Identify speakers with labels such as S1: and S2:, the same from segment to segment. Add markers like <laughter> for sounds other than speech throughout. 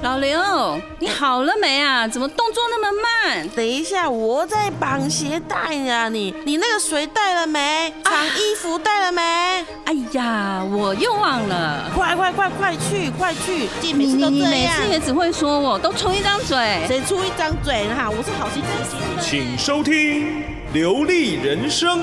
S1: 老刘，你好了没啊？怎么动作那么慢？
S2: 等一下，我在绑鞋带呀！你你那个水带了没？长衣服带了没？
S1: 哎呀，我又忘了。
S2: 快快快快去快去！你每
S1: 你
S2: 次
S1: 你
S2: 都
S1: 你
S2: 这
S1: 每
S2: 样，
S1: 次也只会说我，都出一张嘴。
S2: 谁出一张嘴哈？我是好心提醒你。
S3: 请收听《流利人生》。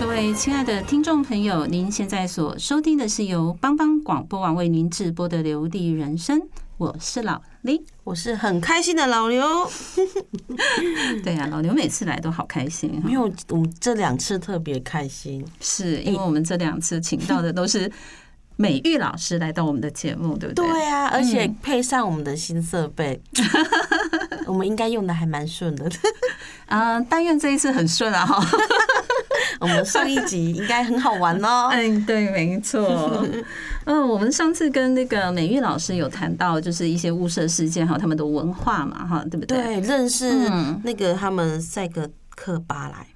S1: 各位亲爱的听众朋友，您现在所收听的是由帮帮广播网为您直播的《流利人生》，我是老李。
S2: 我是很开心的老刘，
S1: 对呀、老刘每次来都好开心哈。啊
S2: 没有，我们这两次特别开心。
S1: 是因为我们这两次请到的都是美玉老师来到我们的节目，对不对？
S2: 对啊，而且配上我们的新设备， <laughs> 我们应该用的还蛮顺的。 <laughs>
S1: 啊、但愿这一次很顺啊哈。
S2: 我们上一集应该很好玩哦。
S1: 嗯，对，没错。嗯，我们上次跟那个美玉老师有谈到，就是一些雾社事件，还有他们的文化嘛，哈，对不对？
S2: <laughs> 对，认识
S1: 嗯
S2: 那个他们赛格克巴莱。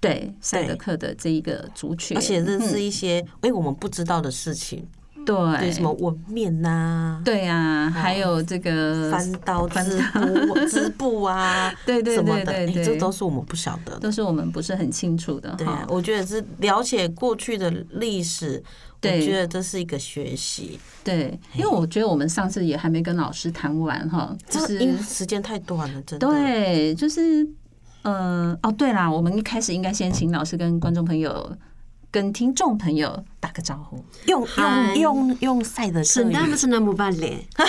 S1: 对，赛德克的这一个族群，
S2: 而且认识
S1: 嗯
S2: 一些哎、诶我们不知道的事情，对
S1: 对
S2: 什么纹面呐、
S1: 对呀，还有这个
S2: 哦翻刀织布、织布啊，
S1: 对对
S2: 什么
S1: 对
S2: 的，
S1: 对
S2: 诶
S1: 对，
S2: 这都是我们不晓得的。
S1: 都是我们不是很清楚的
S2: 对啊
S1: 哈，。
S2: 我觉得是了解过去的历史，我
S1: 对
S2: 觉得这是一个学习，
S1: 对，因为我觉得我们上次也还没跟老师谈完哈，就
S2: 这
S1: 是
S2: 因为时间太短了，真的。
S1: 对，就是呃，哦，对啦，我们一开始应该先请老师跟观众朋友、跟听众朋友打个招呼。
S2: 用
S4: 嗨
S2: 用用用赛的
S4: 沈大不是那么办
S1: <laughs>
S4: 嘞，
S2: 太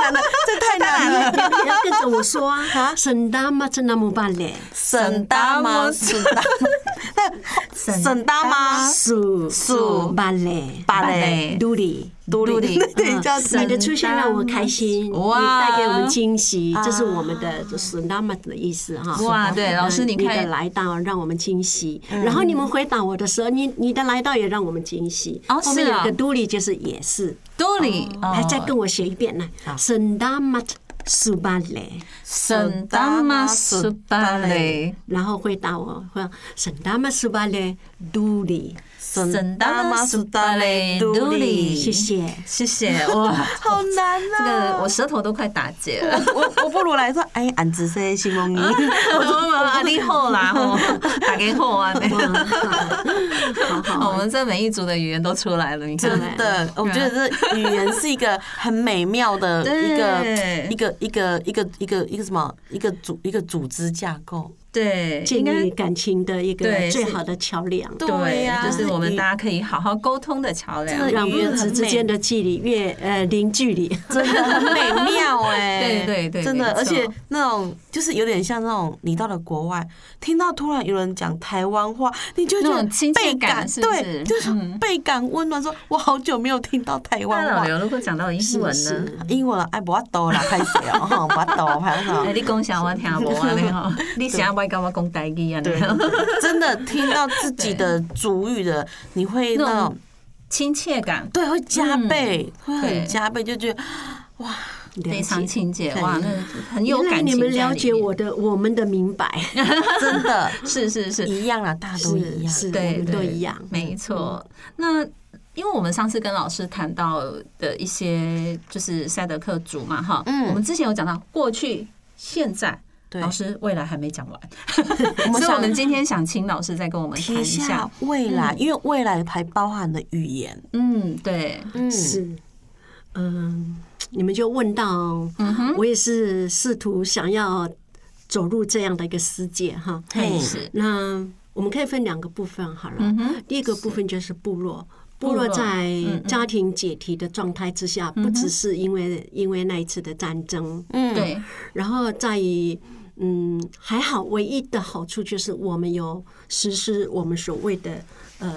S2: 难了，这 <laughs> 太难了。
S4: 你要跟着我说啊，沈大嘛是那么办嘞，
S2: 沈大妈， <laughs> 沈大妈，沈大
S4: <laughs>
S2: 妈，
S4: 数
S2: 数
S4: 办嘞，
S2: 芭蕾，
S4: 嘟哩
S2: 嘟
S1: 嘟哩，
S2: 哩
S1: <laughs>
S2: 对，叫
S4: 嗯你的出现让我开心，
S1: 哇
S4: 你带给我们惊喜，这是我们的沈大妈的意思哈。
S1: 哇，对，老师
S4: 嗯
S1: 你
S4: 的
S1: 看，
S4: 来到让我们惊喜，
S1: 嗯
S4: 然后你们回答我的时候，你你的来到也让我们惊喜。
S1: 哦
S4: 后面
S1: 是
S4: 有
S1: 啊哦
S4: 个嘟哩就是也是，
S1: 杜里
S4: 还再跟我学一遍呢，沈大妈数办嘞。
S1: 圣达马苏巴雷，
S4: 然后回答我，说沈大妈是吧嘞，独立，
S1: 圣达马苏巴雷，杜里，
S4: 谢，谢。
S1: 谢 <laughs> 谢，哇，
S2: 好难
S1: 这
S2: 啊！
S1: 个我舌头都快打结 <laughs> 了。
S2: 我我不如来说，哎，俺只是新梦你，我
S1: 我们阿力后啦，啊吼， <laughs> 打给后 <laughs> 啊，
S4: 哇，好好
S1: 我
S4: 好，
S1: 们这每一组的语言都出来了，你看，
S2: 真的，我觉得这语言是一个很美妙的一
S1: <laughs>
S2: 个
S1: 对
S2: 一个一个一个一个一个什么一个组一个组织架
S1: <laughs>
S2: 构。
S1: 对，应
S4: 建
S1: 该
S4: 立感情的一
S1: 对
S4: 个最好的桥梁，
S2: 对
S1: 对
S2: 呀
S1: 就是我们
S2: 语
S1: 大家可以好好沟通的桥梁
S2: 真。的
S4: 让
S2: 语言
S4: 彼此
S2: 很
S4: 之
S2: 美
S4: 间的距离越呃零距离。
S2: 真的很美妙哎、
S1: 对对对
S2: 真的
S1: 没，错
S2: 而且那种就是有点像那种你到了国外，听到突然有人讲台湾话，你就觉
S1: 那
S2: 得
S1: 种亲
S2: 倍
S1: 切感是不是
S2: 对，就是
S1: 嗯
S2: 倍感温暖。说我好久没有听到台湾
S1: 那老
S2: 话，
S1: 刘如果讲到英文呢？
S4: 是
S2: 英文哎，不要多啦，拍谁哦，不要多，拍什
S1: 哎，你讲啥我听无啊？ <laughs> 你吼，你啥我跟我讲台语啊？ <laughs>
S2: 对
S1: 你吼，
S2: 真的听到自己的主语的，你会
S1: 那
S2: 那
S1: 种
S2: 种
S1: 亲切感
S2: 对会加倍，会
S1: 对
S2: 很加倍，就觉得
S1: 非常亲切，
S2: 对
S1: 哇，那很有
S4: 原来
S1: 感情。
S4: 你们了解我，的，我们的明白，嗯
S2: 真的
S1: 是是 <laughs> 是，
S2: 一样啦，啊大家都一样。
S4: 是，我
S1: 对，
S4: 们
S1: 对
S4: 都一样，
S1: 没错。那因为我们上次跟老师谈到的一些就是赛德克族嘛，哈，
S2: 嗯
S1: 我们之前有讲到过去、现在。
S2: 对
S1: 老师未来还没讲完，
S2: 我
S1: 所
S2: 们
S1: 以我
S2: 想
S1: 们今天想请老师再跟我们谈一
S2: 提一下
S1: 下。
S2: 未来，因为未来还包含了语言，
S1: 嗯，对，
S2: 嗯，
S4: 是，嗯，你们就问到，我也是试图想要走入这样的一个世界哈。
S2: 嘿
S1: 是，
S4: 那我们可以分两个部分好了，第一个部分就是部落，部落
S1: 嗯部落
S4: 在
S1: 嗯嗯嗯
S4: 家庭解体的状态之下，不只是因为因为那一次的战争，
S2: 嗯，
S1: 对，
S4: 然后在于嗯，还好，唯一的好处就是我们有实施我们所谓的呃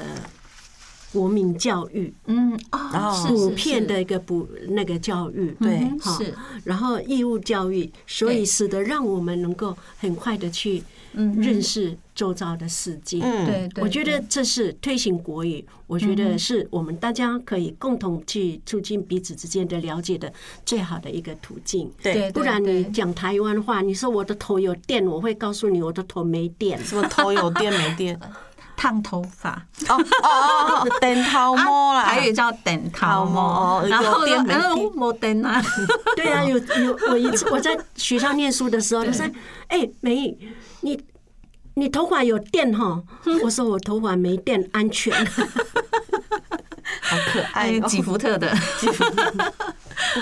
S4: 国民教育，
S1: 嗯啊，
S2: 哦
S1: 是
S4: 普
S1: 是
S4: 遍
S1: 是
S4: 的一个补那个教育，
S2: 对
S1: 嗯
S4: 好
S1: 是，
S4: 然后义务教育，所
S1: 对
S4: 以使得让我们能够很快的去
S1: 嗯哼，
S4: 认识周遭的世界。
S2: 嗯，
S1: 对对，
S4: 我觉
S1: 对
S4: 得这是推行国语，我觉得是我们大家可以共同去促进彼此之间的了解的最好的一个途径。
S2: 对
S1: 对，
S4: 不
S1: 对
S4: 然
S1: 对
S4: 你讲台湾话，你说我的头有电，我会告诉你我的头没电。
S2: 什么头有电没
S1: <laughs>
S2: 电？
S1: 烫头发，
S2: 哦哦哦，电头毛啦，
S1: 啊台语叫等头毛
S2: 头毛，
S1: 然后
S2: 有电没
S1: 然后哎
S2: 电
S1: 没电 <laughs> 啊，
S4: 对啊，有有我一次我在学校念书的时候，他说：“哎，美颖，你你头发有
S2: <laughs>
S4: 电哈？”我说：“我头发没电，安全。
S2: 好可爱哦，
S1: 吉福哎特的，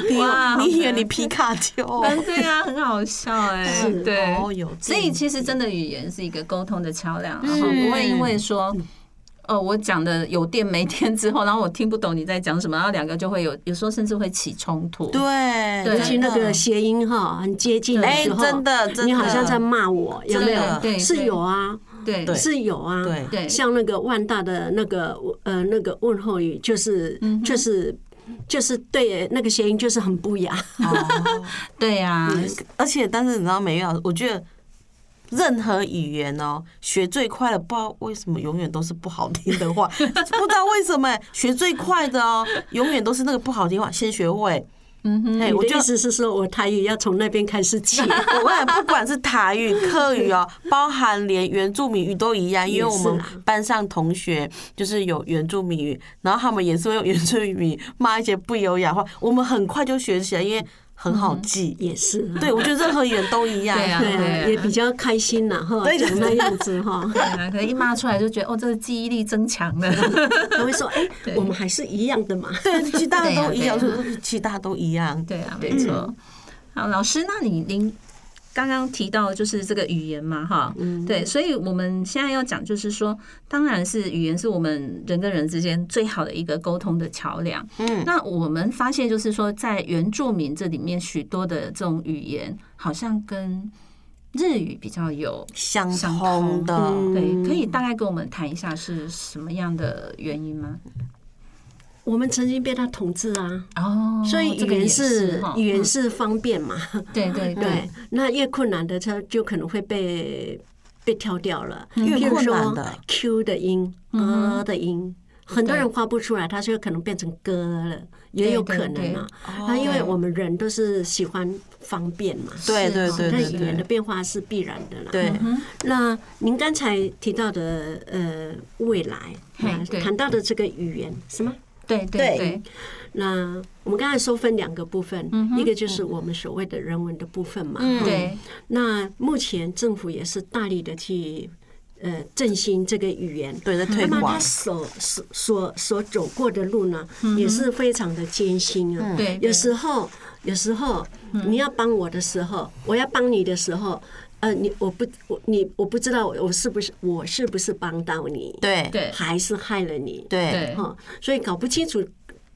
S2: 你
S1: 哇
S2: 有
S1: 好
S2: 你以
S1: 可爱
S2: 为你皮卡丘哦？
S1: 对啊，很好笑 <laughs> 哎，
S4: 是
S1: 对，
S2: 哦，有电，
S1: 所以其实真的语言是一个沟通的桥梁，然后不会因为说。哦，我讲的有电没电之后，然后我听不懂你在讲什么，然后两个就会有，有时候甚至会起冲突。
S2: 对，
S1: 对
S4: 尤其那
S2: 真的
S4: 个谐音哈，很接近的
S2: 哎
S4: 时候，
S2: 真的真的
S4: 你好像在骂我，有没有
S2: 真的？
S1: 对
S4: 是
S1: 对
S4: 有啊，
S1: 对
S2: 对
S4: 是有啊。
S2: 对
S1: 对
S4: 像那个万大的那个呃那个问候语，就是
S1: 嗯
S4: 就是就是对那个谐音就是很不雅。
S2: 哦
S1: 对啊呀，
S2: 而且，但是你知道，美玉老师，我觉得任何语言哦，学最快的，不知道为什么永远都是不好听的
S4: <laughs>
S2: 话，不知道为什么、欸学最快的哦，永远都是那个不好听的话，先学会。
S1: 嗯哼，
S2: 哎，
S4: 你
S2: 我
S4: 的
S2: 就
S4: 意思是说我台语要从那边开始
S2: <laughs>
S4: 起？
S2: 我问，不管是台
S4: <laughs>
S2: 语、客语哦，包含连原住民语都一样，因为我们
S4: 也是
S2: 班上同学就是有原住民语，然后他们也是会用原住民语骂一些不优雅话，我们很快就学起来，因为很好记。
S4: 也是啊，
S2: 对，我觉得任何语言都一样。
S1: 对啊
S4: 嗯对啊，也比较开心呐哈，
S2: 对
S4: 讲那样子
S2: <laughs>
S4: 哈，
S1: 对啊，可能一骂出来就觉得哦，这个记忆力增强了。
S4: 他会说哎，我们还是一样的嘛。
S2: 对，其实大家都一样，
S1: 对
S2: 就
S1: 啊
S2: 是其实大家都一样。
S1: 对啊，没
S4: 嗯
S1: 错。好，老师，那你您刚刚提到就是这个语言嘛，哈，
S4: 嗯
S1: 对，所以我们现在要讲就是说，当然是语言是我们人跟人之间最好的一个沟通的桥梁。嗯，那我们发现就是说，在原住民这里面，许多的这种语言好像跟日语比较有。
S2: 相
S1: 相通
S2: 通的，
S4: 嗯
S1: 对，可以大概跟我们谈一下是什么样的原因吗？
S4: 我们曾经被他统治啊，
S1: 哦，
S4: 所以
S1: 这
S4: 语
S1: 个也
S4: 言是
S1: 哈
S4: 语言
S1: 嗯
S4: 是方便嘛，
S1: 对对对
S4: 对，那越困难的它就可能会被被挑掉了，
S2: 嗯越
S4: 譬如
S2: 困
S4: 说
S2: 难的嗯
S4: Q 的音、呃的音，很多人画不出来，它就可能变成歌了，也有
S1: 对
S4: 可
S1: 对
S4: 能啊。
S2: 对
S4: 那因为我们人都是喜欢方便嘛，
S2: 对对
S1: 是
S2: 对
S4: 啊那
S2: 对
S4: 语言的
S2: 对
S4: 变化是必然的啦。
S2: 对，
S4: 那您刚才提到的呃未来，
S1: 嘿
S4: 啊
S1: 对
S4: 谈到的这个语言什么？
S1: 对对对，
S4: 那我们刚才说分两个部分，一个就是我们所谓的人文的部分嘛，
S2: 嗯
S1: 对，
S4: 那目前政府也是大力的去呃振兴这个语言。
S2: 对在推
S4: 那么
S2: 广
S4: 他，所所所所走过的路呢，
S1: 嗯
S4: 也是非常的艰辛啊。
S1: 对对
S4: 有时候有时候
S1: 嗯
S4: 你要帮我的时候，我要帮你的时候，呃，你我不我你我不知道我我是不是我是不是帮到你，
S2: 对
S1: 对
S4: 还是害了你，
S2: 对
S1: 对，
S4: 哈，所以搞不清楚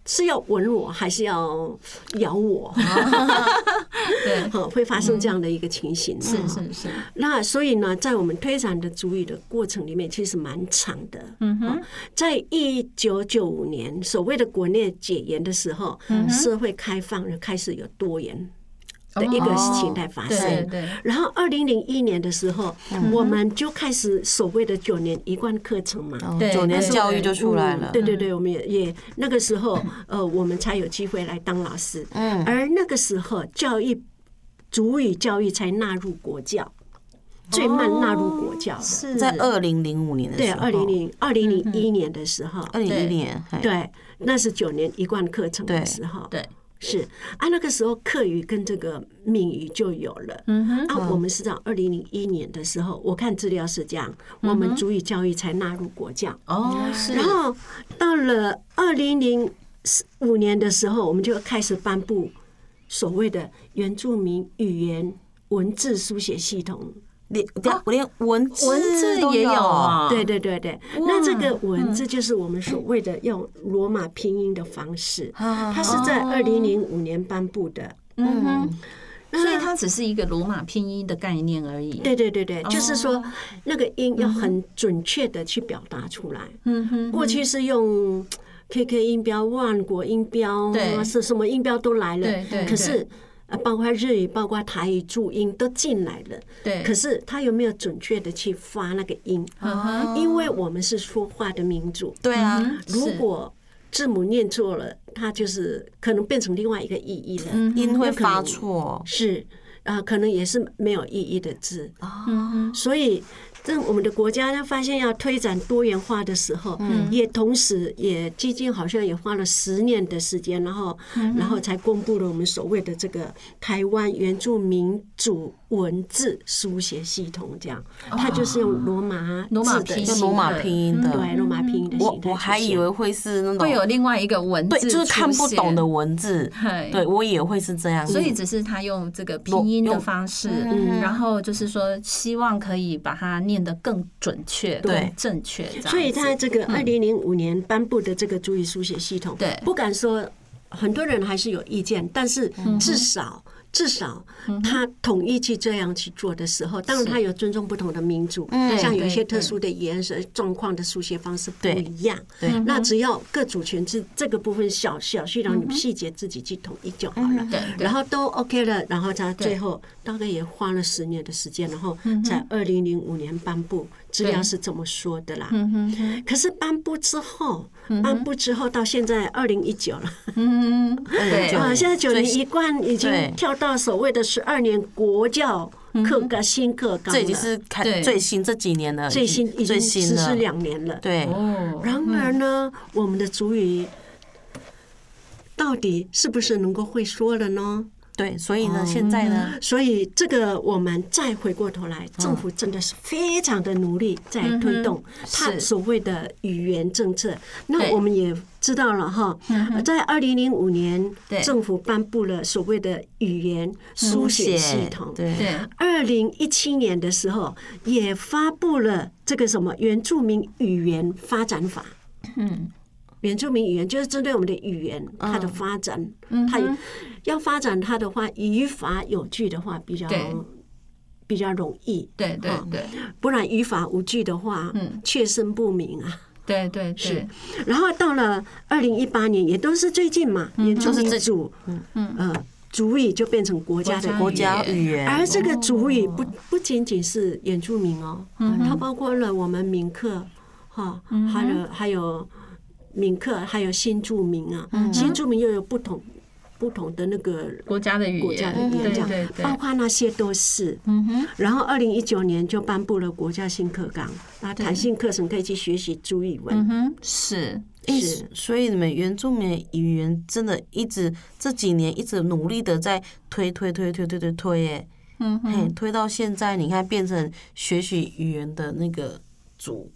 S4: 是要吻我还是要咬我，
S1: 嗯对，
S4: 哈，会发生这样的一个情形。
S1: 是是是，
S4: 那所以呢，在我们推展的主语的过程里面，其实蛮长的。嗯哼，在一九九五年所谓的国内解严的时候，社会开放开始有多元的一个情态发
S1: 对对
S4: 生。
S1: 对，
S4: 然后，二零零一年的时候，我们就开始所谓的九年一贯课程嘛，
S2: 哦
S1: 对
S2: 九年
S1: 对
S2: 教育就出来了
S4: 嗯。对对对，我们也也那个时候，呃，我们才有机会来当老师。
S2: 嗯，
S4: 而那个时候，教育主语教育才纳入国教，最慢纳入国教的。
S1: 是
S2: 在二零零五年的
S4: 对，
S2: 时候，
S4: 二零零二零零一年的时候，
S2: 二零一年，嘿，
S4: 对，那是九年一贯课程
S2: 对
S4: 的时候，
S1: 对
S4: 是啊，那个时候客语跟这个闽语就有了。嗯哼，啊，我们是在二零零一年的时候，我看资料是这样，我们主语教育才纳入国教。
S1: 哦是
S4: 然后到了二零零五年的时候，我们就开始颁布所谓的原住民语言文字书写系统
S2: 连连连文字
S1: 文字
S2: 都
S1: 也有啊
S4: 对对对对，那这个文字就是我们所谓的用罗马拼音的方式，它是在二零零五年颁布的。
S1: 嗯哼，所以它只是一个罗马拼音的概念而已。
S4: 对对对
S1: 哦
S4: 对，就是说那个音要很准确的去表达出来。
S1: 嗯哼，
S4: 过去是用 KK 音标、万国音标，啊
S1: 对
S4: 是什么音标都来了。
S1: 对对
S4: 可是呃，包括日语、包括台语注音都进来了。
S1: 对，哦嗯
S4: 可是他有没有准确的去发那个音？因为我们是说话的民族，
S2: 对啊，
S4: 如
S1: 是
S4: 果字母念错了，它就是可能变成另外一个意义了。
S1: 嗯
S2: 音会
S4: 有可能
S2: 发错，
S4: 是啊、可能也是没有意义的字
S1: 哦
S4: 嗯所以，在我们的国家要发现要推展多元化的时候，
S1: 嗯
S4: 也同时也基金好像也花了十年的时间，然后
S1: 嗯
S4: 然后才公布了我们所谓的这个台湾原住民族文字书写系统，这样，它就是用罗马
S1: 哦罗马
S4: 字的
S1: 拼
S2: 用
S4: 形
S2: 罗马
S4: 态
S2: 拼音的。
S4: 嗯对罗马拼音的
S2: 我
S4: 形态
S2: 我还
S4: 出
S2: 以
S4: 现
S2: 为会是那种
S1: 会有另外一个文字
S2: 对，就是看不懂的
S1: 出
S2: 文字
S1: 嗨，
S2: 对嗯我也会是这样。
S1: 现，所以只是他用这个拼音的方式，然后就是说希望可以把它念得更准确、
S2: 对
S1: 更正确这样子。
S4: 所以他这个二零零五年颁布的这个主语书写系统，
S1: 嗯对
S4: 不敢说很多人还是有意见，但是
S1: 嗯
S4: 至少。至少他统一去这样去做的时候，当然他有尊重不同的民族，
S1: 嗯
S4: 像有一些特殊的语言状况的书写方式不
S2: 对
S4: 一样。
S2: 对
S1: 嗯
S4: 那只要各主权这这个部分小小细让你细节自己去统一就好了。
S1: 嗯对对
S4: 然后都 OK 了，然后他
S1: 对嗯
S4: 最后大概也花了十年的时间，然后在二零零五年颁布，资料
S1: 对
S4: 是这么说的啦。
S1: 嗯哼哼
S4: 可是颁布之后，
S2: 嗯
S4: 颁布之后到现在二零一九了，
S1: 嗯哼，对
S2: 九
S4: 啊，
S2: 年
S4: 现在九
S2: 最
S4: 年
S2: 新
S4: 一贯已
S2: 对
S4: 经跳到所谓的十二年国教课纲新课纲
S2: 嗯这已经
S4: 了
S2: 是开
S1: 对
S2: 最新这几年的
S4: 最新已经
S2: 最新
S4: 实
S2: 的
S4: 施两年了。
S2: 对，
S1: 哦，
S4: 然而呢，我们的主语到底是不是能够会说了呢？
S2: 对，所以呢，现在呢，
S4: 所以这个我们再回过头来，政府真的是非常的努力在推动它
S1: 是
S4: 所谓的语言政策。
S1: 对
S4: 那我们也知道了哈，在二零零五年
S1: 对，
S4: 政府颁布了所谓的语言
S1: 哦
S4: 书写系统。
S2: 对
S1: 对，
S4: 二零一七年的时候，也发布了这个什么原住民语言发展法。嗯，原住民语言就是针对我们的语言它的发展，它也要发展它的话，语法有据的话比较
S1: 对
S4: 比较容易，
S1: 对对
S4: 哦
S1: 对
S4: 不然语法无据的话，
S1: 嗯
S4: 确身不明啊。
S1: 对对对，
S4: 然后到了二零一八年，也都是最近嘛，原住民族，嗯呃，族语就变成国家的
S2: 国
S4: 国
S2: 家语
S4: 而
S1: 啊
S2: 言，
S4: 这个主语不不仅仅是原住民哦，
S1: 嗯
S4: 它包括了我们民客哈，还有还有民客，还有新住民啊，
S1: 嗯
S4: 新住民又有不同不同的那个
S1: 国家的语
S4: 国家
S1: 言，
S4: 的语言，
S1: 对
S4: 这样
S1: 对
S4: 包
S2: 哦
S1: 对，
S4: 括那些都是。
S1: 嗯哼，
S4: 然后二零一九年就颁布了国家新课纲，那弹性课程可以去学习主语文
S1: 嗯，哼，是，
S2: 诶
S4: 是
S2: 所以你们原住民的语言真的一直这几年一直努力的在推推推推推推推，哎，
S1: 嗯哼，
S2: 嘿，推到现在，你看变成学习语言的那个组，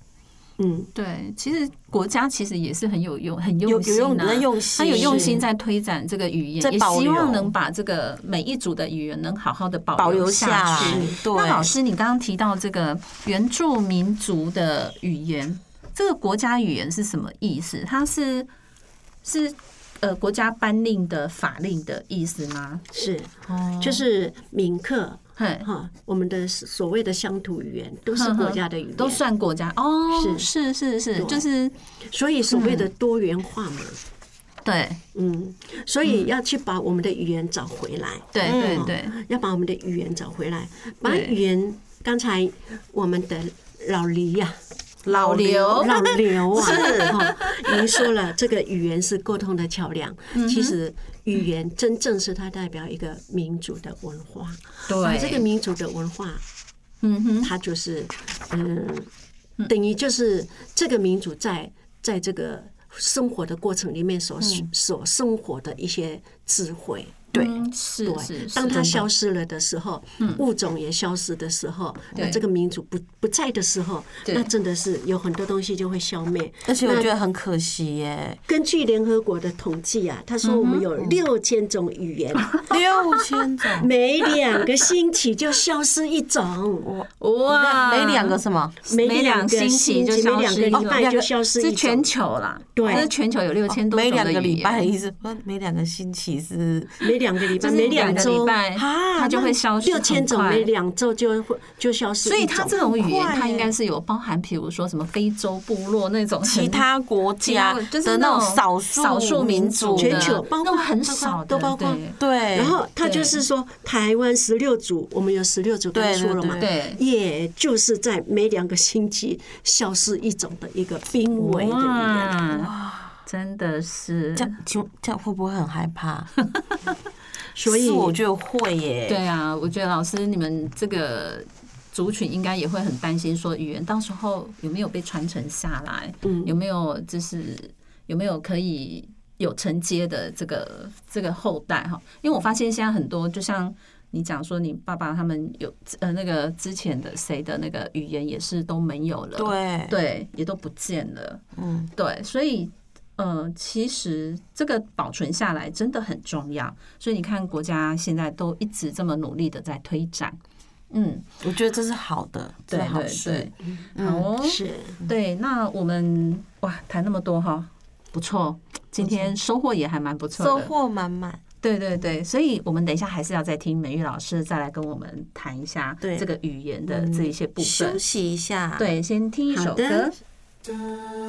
S4: 嗯，
S1: 对，其实国家其实也是很有用、很
S2: 有
S1: 用
S2: 有
S1: 心、啊、
S2: 用在用心，
S1: 他有用心在推展这个语
S2: 在
S1: 言，也
S2: 保
S1: 希望
S2: 留
S1: 能把这个每一组的语言能好好的保
S2: 保留
S1: 留
S2: 下
S1: 下去。
S2: 来。对，
S1: 那老师，你刚刚提到这个原住民族的语言，这个国家语言是什么意思？它是是呃国家颁令的法令的意思吗？
S4: 是，
S1: 哦
S4: 就是民客
S1: 嘿，
S4: 哈，我们的所谓的乡土语言都是国家的语言，
S1: 都算国家哦，是
S4: 是
S1: 是是，就是
S4: 所以所谓
S1: 嗯
S4: 的多元化嘛，
S1: 对
S4: 嗯，所以要去把我们的语言找回来，
S1: 对对
S4: 嗯
S1: 对，
S4: 要把我们的语言找回来，把
S1: 对
S4: 语言。刚才我们的老黎呀、
S1: 老刘
S4: 老刘
S1: <laughs>
S4: 啊，哈您说了，这个语言是沟通的桥梁。
S1: 嗯
S4: 其实，语言真正是它代表一个民族的文化，而
S1: 对
S4: 这个民族的文化，
S1: 嗯哼。
S4: 它就是，嗯，等于就是这个民族在在这个生活的过程里面所所生活的一些智慧。对。
S1: 嗯是是
S4: 对，
S1: 是，嗯
S4: 当它
S1: 真的
S4: 消失了的时候，物种也消失的时候，那
S1: 对
S4: 这个民族不不在的时候，
S1: 对
S4: 那真的是有很多东西就会消灭。
S2: 而且我
S4: 那
S2: 觉得很可惜耶，
S4: 根据联合国的统计啊，
S1: 嗯
S4: 他说我们有六千种语
S1: <laughs>
S4: 言，
S2: 六千种，
S4: 每两个星期就消失一种，
S1: 哇，
S2: 每两个什么？
S1: 每两
S4: 个
S1: 星期就
S4: 每
S1: 消
S4: 两
S1: 失
S4: 个
S1: 一
S4: 礼
S1: 种，
S4: 拜就消失
S1: 是
S4: 一
S1: 全
S4: 种。
S1: 球啦，
S4: 对
S1: 这是全球有六千多
S2: 每
S1: 种
S2: 两
S1: 的
S2: 个
S1: 语
S2: 礼拜
S1: 言，
S2: 意思，不是每两个星期是
S4: 每两个礼
S1: 就
S4: 拜，
S1: 是
S4: 每
S1: 两
S4: 两
S1: 个
S4: 周
S1: 礼，拜
S2: 啊
S1: 它就会消失
S4: 六
S1: 很
S4: 千种
S1: 快
S4: 每两周就会就消失
S1: 所
S4: 一种。
S1: 以它这哎种语言，
S2: 很快
S1: 它应
S2: 耶
S1: 该是有包含，比如说什么非洲部落那种
S2: 其
S1: 很
S2: 他国家
S1: 其他就是
S2: 的
S1: 那
S2: 种少
S1: 数少
S2: 数
S1: 民
S2: 族
S1: 的
S4: 全
S2: 的，
S4: 球包括
S1: 那种很少的
S4: 都包括
S1: 对
S2: 对，
S4: 然后他就
S1: 对
S4: 是说，台湾十六组，我们有十六组，刚才
S2: 对
S4: 说了嘛，
S2: 对
S1: 对
S4: 也就是在每两个星期消失一种的一个濒危的语言。
S1: 哇，真的是
S2: 这样，请问这样会不会很害怕？ <laughs>
S4: 所以
S2: 是我觉得会耶，
S1: 对啊，我觉得老师你们这个族群应该也会很担心，说语言到时候有没有被传承下来，
S4: 嗯
S1: 有没有就是有没有可以有承接的这个这个后代哈？因为我发现现在很多就像。你讲说你爸爸他们有呃那个之前的谁的那个语言也是都没有了，
S2: 对，
S1: 对，也都不见了。
S2: 嗯，
S1: 对，所以呃，其实这个保存下来真的很重要。所以你看，国家现在都一直这么努力的在推展。嗯，
S2: 我觉得这是好的，这
S1: 对
S2: 是好
S1: 对
S2: 事
S1: 对。，好哦，
S2: 嗯
S4: 是
S1: 对。那我们哇，谈那么多哈，不错，今天收获也还蛮不错
S2: 收
S1: 的。
S2: 获满满，
S1: 对对对，所以我们等一下还是要再听美玉老师再来跟我们谈一下
S2: 对
S1: 这个语言的这一些部分
S2: 休。息一下。，
S1: 对，先听一首
S4: 好的
S1: 歌。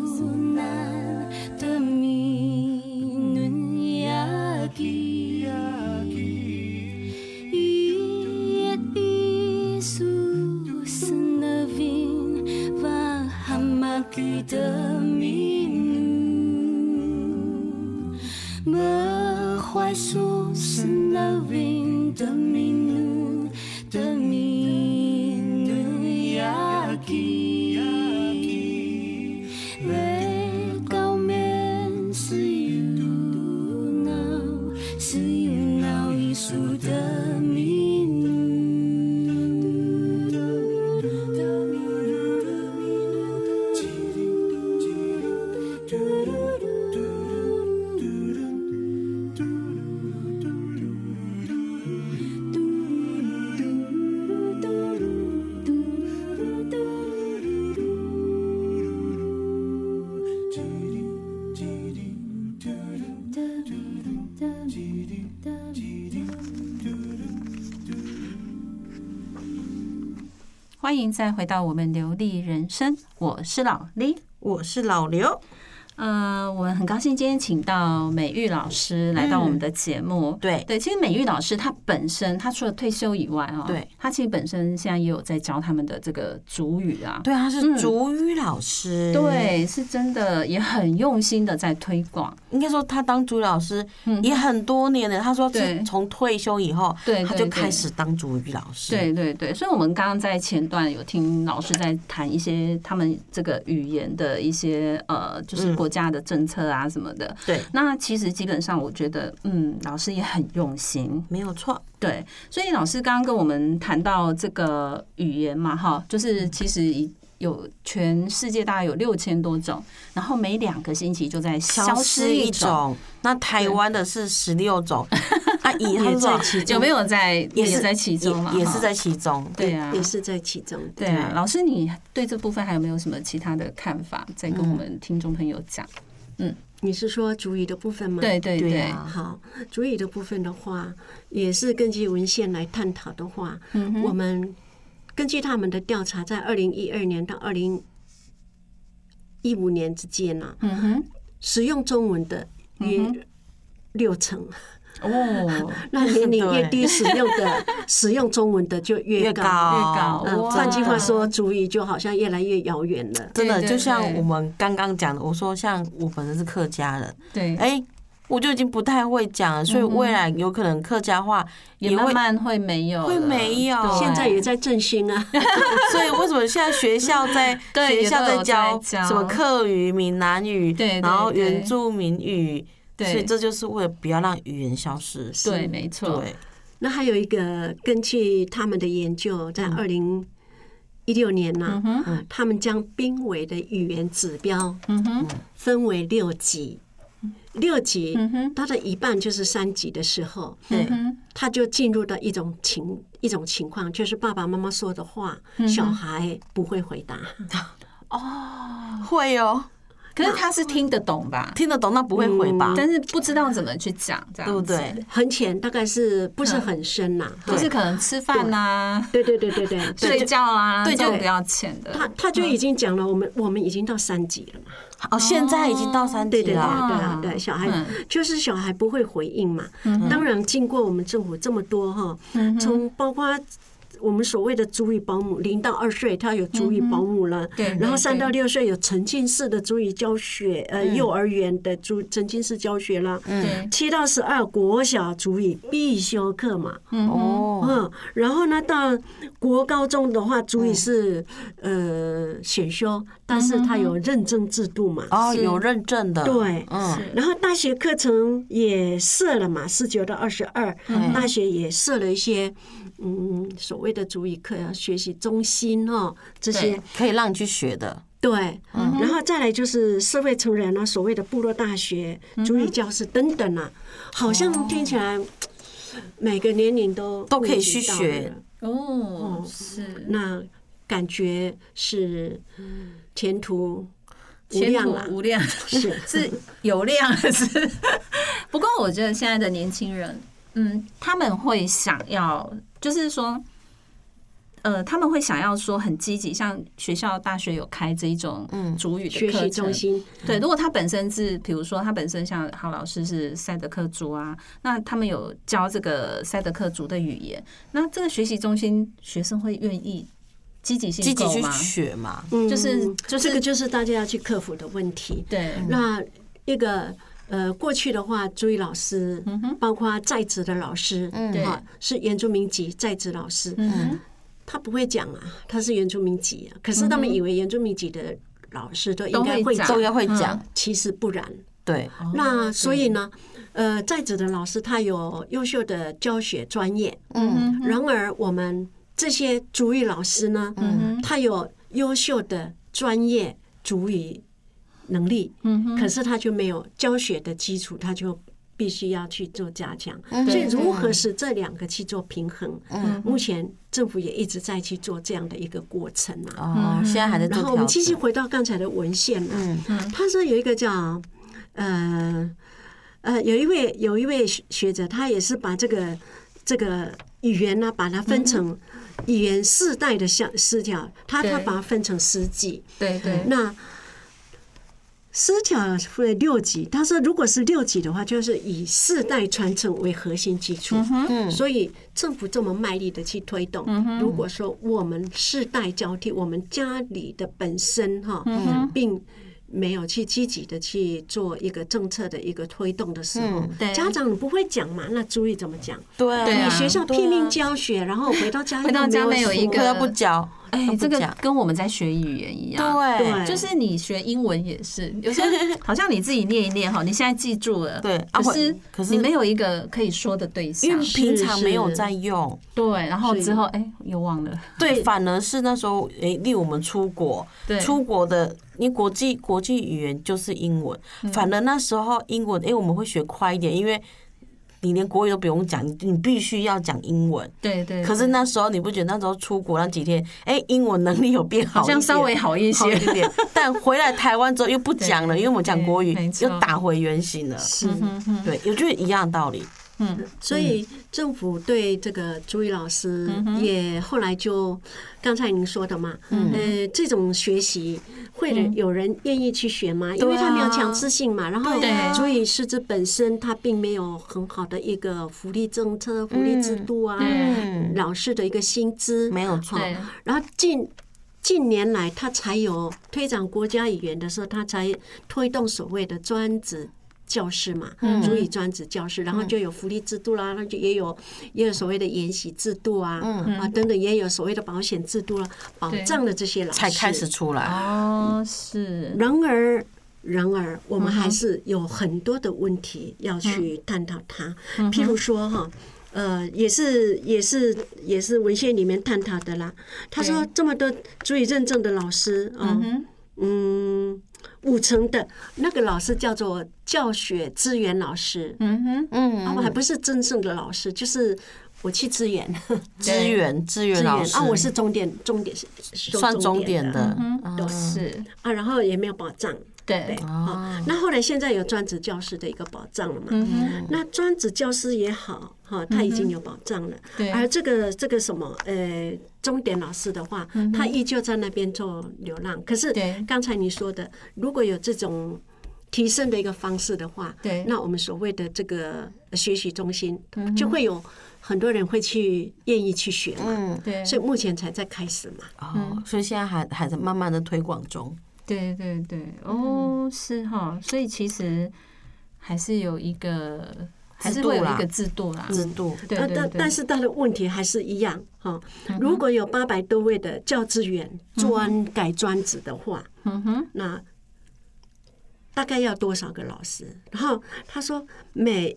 S5: Pagkavakusunan Taminun yaki Iet isus navin Vahamaki Taminun Merhoy sus navin Taminun Yaki, ve gao men si yu nao, si yu nao yi su de minu. Thank
S1: 欢迎再回到我们流利人生，我是老李。
S2: 我是老刘，
S1: 呃，我很高兴今天请到美玉老师来到我们的节目。
S2: 对
S1: 嗯对，其实美玉老师她本身，她除了退休以外哦，
S2: 对，
S1: 她其实本身现在也有在教他们的这个主语啊。
S2: 对，他
S1: 嗯
S2: 是主语老师，，
S1: 对，是真的也很用心的在推广。
S2: 应该说他当主语老师
S1: 嗯
S2: 也很多年了。他说
S1: 对
S2: 是从退休以后，
S1: 对
S2: 他
S1: 对
S2: 就
S1: 对
S2: 开始当主语老师，
S1: 对对对，所以我们刚刚在前段有听老师在谈一些他们这个语言的一些呃，就是
S2: 嗯
S1: 国家的政策啊什么的。
S2: 对，
S1: 那其实基本上我觉得，嗯，老师也很用心。
S2: 没有错，
S1: 对，所以老师刚刚跟我们谈到这个语言嘛，哈，就是其实已有全世界大概有六千多种，然后每两个星期就在消失
S2: 一
S1: 种，
S2: 种。那台湾的是十六
S1: <laughs>
S2: 种，啊，也
S4: 也在
S2: 其
S4: 其中，
S1: 有没有在
S2: 也是
S1: 在其中嘛？
S2: 也也
S1: 哈
S2: 是在嗯其中。
S1: 对啊，
S4: 也是在其中的。
S1: 对啊，老师，你对这部分还有没有什么其他的看法，再跟我们听众朋友讲？
S4: 你是说主语的部分吗？
S1: 对对
S2: 对
S1: 对，
S2: 啊
S4: 好，主语的部分的话，也是根据文献来探讨的话，
S1: 嗯
S4: 我们根据他们的调查，在二零一二年到二零一五年之间呢、
S1: 嗯哼，嗯
S4: 使用中文的约六
S1: <laughs>
S4: 成，
S1: 哦，
S4: 那年龄越
S2: 对
S4: 低，使用的使用中文的就越
S2: 越
S4: 高。
S2: 高
S1: 越高
S4: 嗯，
S1: 哇
S4: 换句话说，主语就好像越来越遥远了。
S2: 真的
S1: 对对
S2: 就像
S1: 对
S2: 我们刚刚讲的，我说像我本身是客家人，
S1: 对，
S2: 哎，我就已经不太会讲了，所以未来有可能客家话
S1: 嗯也
S2: 也会
S1: 慢。慢会没有了，
S2: 会没有
S1: 对
S4: 现在也在振兴啊，
S2: <laughs> 所以为什么现在学校在
S1: <laughs> 对
S2: 学校
S1: 也都有在
S2: 在教
S1: 教
S2: 什么客语、闽南语，
S1: 对对
S2: 然后
S1: 对
S2: 原住民语，所以
S1: 对
S2: 这就是为了不要让语言消失。
S1: 对，没错，
S2: 对，
S4: 那还有一个，根据他们的研究，在二零一六年呢、
S1: 嗯
S4: 他们将濒危的语言指标
S1: 嗯哼，
S4: 分为六级，六级
S1: 嗯哼，
S4: 它的一半就是三级的时候，
S2: 对
S1: 嗯
S4: 他就进入到一种情一种情况，就是爸爸妈妈说的话，
S1: 嗯
S4: 小孩不会回答，
S2: 会哦，
S1: 可是他是听得懂吧？
S2: 听得懂那不会回吧？
S1: 但是不知道怎么去讲，这样
S2: 对不
S1: 子
S2: 对？？
S4: 很浅，大概是不
S1: 嗯
S4: 是很深呐、
S1: 就
S4: 哈
S1: 是可能吃饭呐、
S4: 对对对对对，
S1: 睡觉啊，
S2: 对
S1: 这
S2: 就
S1: 种比较浅的，
S4: 他他就已经讲了，我们我们已经到三级了嘛。
S2: 哦，现在已经到三
S4: 对
S2: 级
S4: 对对
S2: 了，
S4: 对啊对，小孩
S1: 嗯
S4: 就是小孩不会回应嘛。当然，经过我们政府这么多哈，
S1: 嗯
S4: 从包括。我们所谓的主语保姆，零到二岁他有主语保姆了，
S1: 嗯对对
S4: 然后
S1: 对嗯
S4: 三到六岁有沉浸式的主语教学，呃，幼儿园的主沉浸式教学啦，
S1: 对，
S4: 七到十二国小主语必修课嘛，
S2: 哦，
S4: 嗯，然后呢，到国高中的话，主语是、呃选修，但
S1: 嗯
S4: 是它有认证制度嘛，
S2: 哦，
S1: 是
S2: 有认证的，
S4: 对
S2: 嗯，
S4: 然后大学课程也设了嘛，十九到二十二，
S1: 嗯
S4: 大学也设了一些嗯所谓的主语课啊学习中心哦，这些
S2: 可以让你去学的，
S4: 对，
S1: 嗯
S4: 然后再来就是社会成人啊，所谓的部落大学、主语教室等等啊，
S1: 嗯
S4: 好像听起来每个年龄都
S2: 都可以
S4: 顾及
S2: 去
S4: 到
S2: 学
S4: 了嗯
S1: 哦，是
S4: 那感觉是前途无
S1: 前
S4: 量啊
S1: 途
S4: 啦，
S1: 无量。
S4: 是
S1: 是有量是， <laughs> 不过我觉得现在的年轻人，嗯，他们会想要，就是说，呃，他们会想要说很积极，像学校大学有开这一种
S2: 嗯
S1: 主语的
S4: 学
S1: 课
S4: 习
S1: 程
S4: 中，心，
S1: 对，如果他本身是，比如说他本身像郝老师是赛德克族啊，那他们有教这个赛德克族的语言，那这个学习中心学生会愿意积极性
S2: 积极
S1: 够
S2: 去
S1: 吗？
S2: 学嘛，
S4: 嗯
S1: 就是就是嗯
S2: 嗯
S4: 这个就是大家要去克服的问题。
S1: 对，
S4: 那一个呃，过去的话，朱一老师，包括在职的老师，
S1: 嗯对嗯
S4: 哈，是原住民籍在职老师，他不会讲啊，他是原住民籍啊，可是他们以为原住民籍的老师都应该
S1: 都会
S4: 会
S1: 讲
S4: 讲，
S2: 都要会讲，
S4: 其实不然。
S2: 对，
S4: 那所以呢，呃，在职的老师他有优秀的教学专业，
S2: 嗯，
S4: 然而我们这些主语老师呢，
S2: 嗯
S1: 嗯
S4: 他有优秀的专业主语能力，
S1: 嗯
S4: 可是他就没有教学的基础，他就。必须要去做加强，
S2: 嗯
S4: 所以如何使这两个去做平衡？
S1: 嗯
S4: 目前政府也一直在去做这样的一个过程啊。
S2: 哦，现在还在做
S4: 然后
S2: 调
S4: 我
S2: 整
S4: 们继续回到刚才的文献了，
S2: 嗯
S4: 他说有一个叫呃呃，有一位有一位学学者，他也是把这个这个语言呢、把它
S2: 嗯
S4: 分成语言四代的项四条，他
S1: 对
S4: 他把它分成十几，
S1: 对对，
S2: 嗯
S4: 那。四条会六级，他说如果是六级的话，就是以世代传承为核心基础。
S2: 嗯
S4: 所以政府这么卖力的去推动，
S1: 嗯
S4: 如果说我们世代交替，我们家里的本身哈，
S1: 嗯
S4: 并没有去积极的去做一个政策的一个推动的时候，
S1: 对
S4: 家长不会讲嘛，那注意怎么讲？
S2: 对啊
S1: 嗯对啊
S4: 你学校拼命教学，然后回到家
S1: 回到家没有一
S4: 说
S1: 个
S2: 课要不教，
S1: 哎、
S2: 要不
S1: 这个
S2: 讲
S1: 跟我们在学语言一样，
S2: 对
S4: 对
S1: 就是你学英文也是，有时候好像你自己念一念哈，你现在记住了，
S2: <laughs> 对啊
S1: 可是
S2: 会可是
S1: 你没有一个可以说的对
S2: 因
S1: 象
S2: 为，平常没有在用，
S1: 对，然后
S4: 是
S1: 之后哎、又忘
S2: <laughs>
S1: 了，
S2: 对，反而是那时候诶，例如我们出国，
S1: 对，
S2: 出国的你国际国际语言就是英文，
S1: 嗯
S2: 反而那时候英文，诶，我们会学快一点，因为你连国语都不用讲，你你必须要讲英文。
S1: 对对，
S2: 可是
S1: 对
S2: 那时候你不觉得那时候出国那几天，哎、英文能力有变好
S1: 好
S2: 一
S1: 像
S2: 点，
S1: 稍微好一
S2: 好一
S1: 些，
S2: 点，但回来台湾之后又不讲了，因为我们讲国语
S1: 对没，错
S2: 又打回原形了。
S1: 嗯
S4: 是。
S2: 对，我觉得一样道理。
S4: 所以政府对这个朱毅老师也后来就刚才您说的嘛，呃，这种学习会人有人愿意去学吗？因为他没有强制性嘛。然后
S1: 对啊
S4: 朱毅师资本身他并没有很好的一个福利政策、福利制度啊，
S1: 对
S2: 嗯，
S4: 老师的一个薪资。
S2: 没有错。
S1: 对
S4: 然后近近年来他才有推展国家语言的时候，他才推动所谓的专职。教师嘛，主语专职教师，然后就有福利制度啦，那就也有也有所谓的研习制度啊，啊等等，也有所谓的保险制度啦，保
S1: 对
S4: 障了这些老师
S2: 才开始。出来，
S1: 哦，是，
S4: 然而，然而，我们还是有很多的问题要去
S1: 嗯
S4: 探讨它。譬如说哈，呃，也是也是也是文献里面探讨的啦。他说这么多足以认证的老师啊，嗯五成的那个老师叫做教学支援老师，
S1: 嗯哼，
S2: 嗯，
S4: 啊，我还不是真正的老师，就是我去支援 <laughs>
S2: 支援支援
S4: 支援
S2: 老师
S4: 啊，我是终点终点是是
S2: 算
S4: 终
S2: 终点的，
S1: 都是，
S4: 啊，然后也没有保障。对
S1: 对，
S2: 哦
S4: 啊，那后来现在有专职教师的一个保障了嘛？
S1: 嗯
S2: 嗯
S4: 那专职教师也好，哈，他已经有保障了。
S1: 对
S4: 而这个这个什么，呃，钟点老师的话，他依旧在那边做流浪。可
S1: 嗯
S4: 是
S1: 对
S4: 刚才你说的，如果有这种提升的一个方式的话，
S1: 对嗯
S4: 那我们所谓的这个呃学习中心就会有很多人会去愿意去学嘛。
S2: 嗯，
S1: 对，
S4: 所以目前才在开始嘛。
S2: 哦，所以现在还还在慢慢的推广中，
S1: 对对对，
S2: 嗯
S1: 哦，是哈，所以其实还是有一个，还是
S2: 制度
S1: 会有一
S2: 啦
S1: 个制度啦，
S2: 制度
S1: 对
S4: 呃
S1: 对
S4: 但
S1: 对，嗯
S4: 但是他的问题还是一样哈、如果有八百多位的教职员专改专职的话，
S1: 嗯哼，
S4: 那大概要多少个老师？然后他说每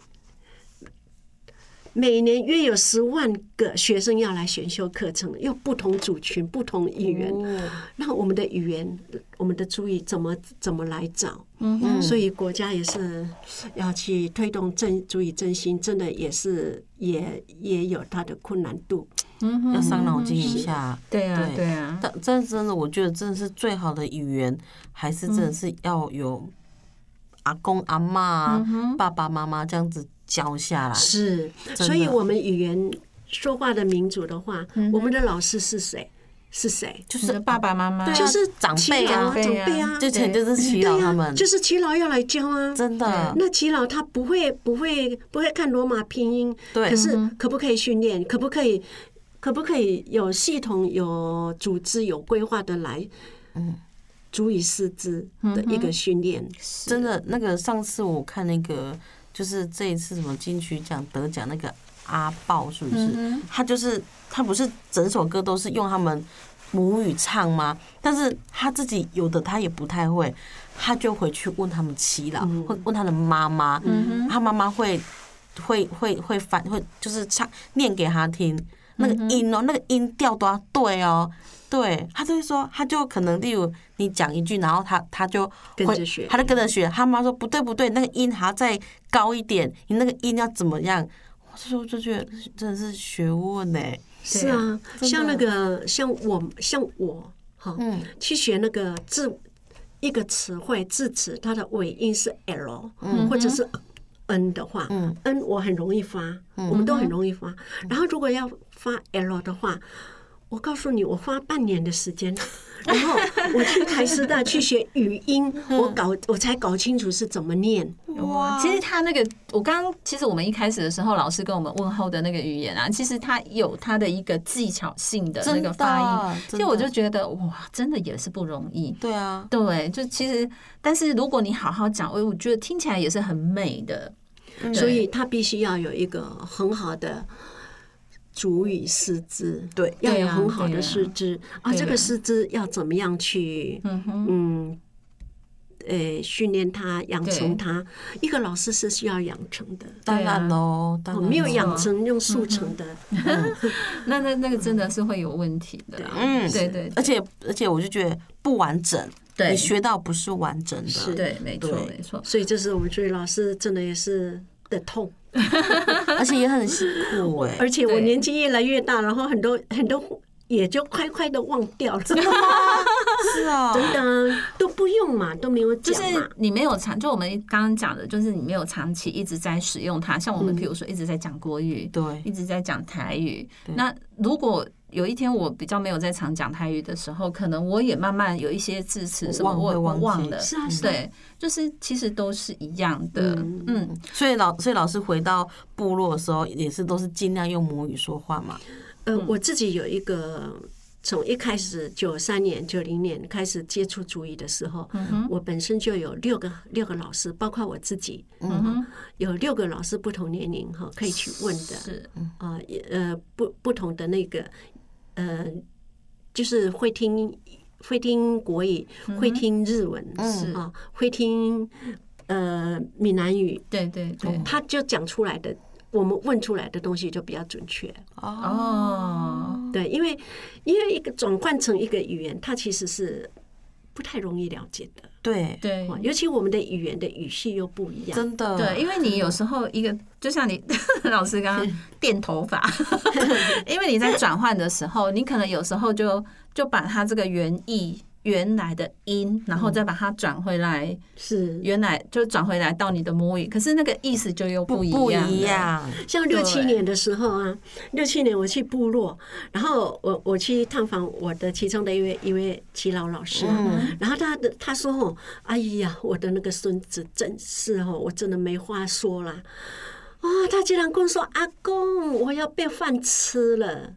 S4: 每年约有十万个学生要来选修课程，又不同族群、不同语言，
S1: 哦
S4: 那我们的语言、我们的注意怎么怎么来找？嗯，所以国家也是要去推动正注意振兴，真的也是也也有它的困难度。
S2: 要伤脑筋一下。
S1: 对啊
S2: 对
S1: 对啊，
S2: 但真真的，我觉得真的是最好的语言，还是真的是要有阿公阿妈、啊、爸爸妈妈这样子教下来。
S4: 是，
S2: 啊的
S4: 所以我们语言说话的民族的话，
S2: 嗯
S4: 我们的老师是谁？是谁？
S2: 就
S1: 你的
S2: 是
S1: 爸爸妈妈，
S2: 对啊
S4: 就是
S2: 长辈啊
S4: 耆
S1: 长
S4: 老
S1: 辈啊
S4: 长辈啊，
S2: 之前就是祈
S4: 对
S2: 祷
S4: 呀，
S2: 他们，
S4: 就是耆老要来教啊。
S2: 真的
S4: 那耆老他不会不会不会看罗马拼音，
S2: 对嗯
S4: 可是可不可以训练？可不可以？
S2: 嗯
S4: 可不可以有系统、有组织、有规划的来？主语师资的一个训练。
S2: 真的，那个上次我看那个，就是这一次什么金曲奖得奖那个阿豹是不是？他就是他不是整首歌都是用他们母语唱吗？但是他自己有的他也不太会，他就回去问他们耆老，会问他的妈妈，
S5: 嗯
S2: 他妈妈会会会会翻会就是唱念给他听。那个音哦，那个音调都要对哦，对，他就会说，他就可能例如你讲一句，然后他他就会
S4: 跟着学
S2: 他就跟着学。他妈说不对不对，那个音还要再高一点，你那个音要怎么样？我就我就觉得真的是学问呢、
S4: 是啊，嗯像那个像我像我哈，去学那个字一个词汇字词，它的尾音是 L，或者是 N 的话
S2: 嗯
S4: ，N 我很容易发，我们都很容易发。然后如果要发 L 的话，我告诉你，我花半年的时 <laughs> 间，然后我去台师大去学语音，我搞我才搞清楚是怎么念。
S1: 哇，其实他那个，我刚刚其实我们一开始的时候，老师跟我们问候的那个语言啊，其实他有他的一个技巧性的那
S2: 真
S1: 个
S2: 的
S1: 发音，
S2: 真的
S1: 其实我就觉得哇，真的也是不容易。
S2: 对啊，
S1: 对，就其实，但是如果你好好讲，我我觉得听起来也是很美的。对
S4: 所以他必须要有一个很好的主语师资，
S2: 对
S4: 要
S1: 对
S4: 有
S1: 啊
S4: 很好
S1: 对
S4: 的
S1: 啊
S4: 师资啊
S1: 对
S4: 这
S1: 啊
S4: 个师资要怎么样去，
S1: 嗯哼，
S4: 嗯，呃，训练他、养
S1: 对
S4: 成他。一个老师是需要养成的，
S2: 当然喽，当
S4: 哦，
S2: 然咯
S4: 没有养成
S1: 嗯
S4: 用速成的，
S1: 那那那个真的是会有问题的啊。
S2: 嗯，
S1: 对对
S2: 而且而且我就觉得不完整，
S1: 对
S2: 你学到不是完整
S4: 是
S2: 的，
S1: 对，没错
S2: 对
S1: 没错。
S4: 所以这是我们作为老师真的也是的痛。
S2: 而且也很辛苦哎、
S4: <laughs> 而且我
S1: 对
S4: 年纪越来越大，然后很多很多也就快快的忘掉
S1: <laughs>
S4: 了，真的
S2: 是啊，
S4: 都不用嘛，都没有
S1: 就
S4: 讲
S1: 是
S4: 嘛。
S1: 你没有长，就我们刚刚讲的，就是你没有长期一直在使用它。像我们，比如说一直在讲国语，
S2: 对
S1: 一直在讲台语。
S2: 对
S1: 那如果有一天我比较没有在常讲台语的时候，可能我也慢慢有一些字词什么
S2: 忘会
S1: 我我
S2: 忘
S1: 忘
S2: 记
S1: 了，
S4: 是啊是啊
S1: 对，就是其实都是一样的，嗯，
S2: 所以老所以老师回到部落的时候，也是都是尽量用母语说话嘛。
S4: 呃，
S1: 嗯
S4: 我自己有一个从一开始九三年、九零年开始接触主语的时候，
S1: 嗯
S4: 我本身就有六个六个老师，包括我自己，嗯，有六个老师不同年龄哈可以去问的，
S1: 是，
S4: 啊，也呃，不不同的那个，呃，就是会听会听国语，会听日文，
S1: 嗯是
S4: 啊，会听呃闽南语，
S1: 对对对，
S4: 他就讲出来的，我们问出来的东西就比较准确。
S1: 哦，
S4: 对，因为因为一个转换成一个语言，它其实是不太容易了解的，
S2: 对，
S1: 对
S4: 哦尤其我们的语言的语系又不一样。
S2: 真的，
S1: 对，因为你有时候一个，就像你 <laughs> 老师刚刚 <laughs> 电头
S2: <laughs>
S1: 发，因为你在转换的时候，你可能有时候就就把它这个原意原来的音，然
S2: 嗯
S1: 后再把它转回来，
S4: 是，
S1: 原来就转回来到你的母语，可是那个意思就又
S2: 不
S1: 一
S2: 不
S1: 样，
S2: 一。样，
S4: 像六七
S1: 对
S4: 年的时候啊，六七年我去部落，然后我我去探访我的其中的一位一位耆老老师啊，
S1: 嗯
S4: 然后他的他说哦，哎呀，我的那个孙子真是哦，我真的没话说啦。啊、他竟然跟我说：“阿公，我要被饭吃了。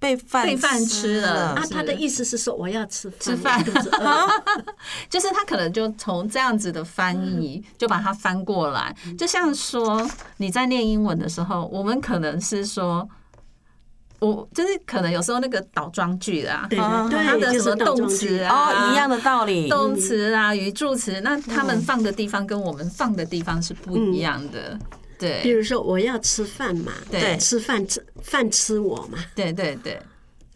S2: 被饭
S1: 被饭吃了”
S4: 啊，
S1: 是
S4: 他的意思是说我要吃饭，
S1: 吃饭
S4: 我肚子饿了。
S1: <laughs> 就是他可能就从这样子的翻译，就把它翻过来。就像说你在念英文的时候，我们可能是说，我就是可能有时候那个倒装句啊，
S4: 对
S2: 啊
S1: 它
S4: 对
S1: 的
S4: 对，就
S1: 什么
S4: 是倒
S1: 动
S4: 装
S1: 词
S4: 句。嗯
S1: 啊，
S2: 哦，一样的道理，
S1: 动词啊、语助词，那他们放的地方跟我们放的地方是不一样的。
S4: 比
S1: 对
S4: 如说我要吃饭嘛，
S1: 对
S4: 吃饭吃饭吃我嘛，
S1: 对对对，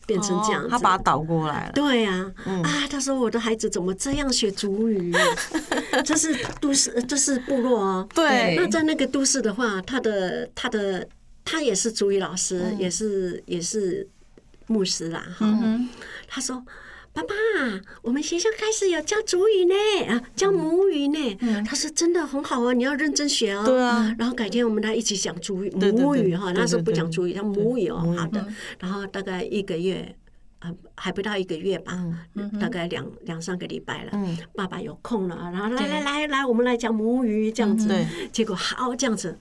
S4: 变成这样
S2: 哦
S4: 子。
S2: 他把它倒过来了，
S4: 对呀、啊，
S2: 嗯
S4: 他说我的孩子怎么这样学主
S2: <laughs>
S4: 语？这是都市，这是部落哦。
S1: 对
S4: 那在那个都市的话，他的他的他也是主语老师，
S2: 嗯
S4: 也是也是牧师啦哈。他说。爸爸，我们学校开始有教主语呢，啊，教母语呢。他说真的很好哦，你要认真学哦。
S2: 嗯对啊。
S4: 然后改天我们来一起讲主语，
S2: 对对
S4: 母语哈，
S2: 对
S4: 那时候
S2: 对
S4: 不
S2: 对
S4: 讲主语，叫母语哦
S2: 母。语
S4: 好的，然后大概一个月，啊，还不到一个月吧，大概两两三个礼拜了。
S2: 嗯
S4: 爸爸有空了，然后来来来来，我们来讲母语这样子。
S2: 对
S4: 结果好这样子，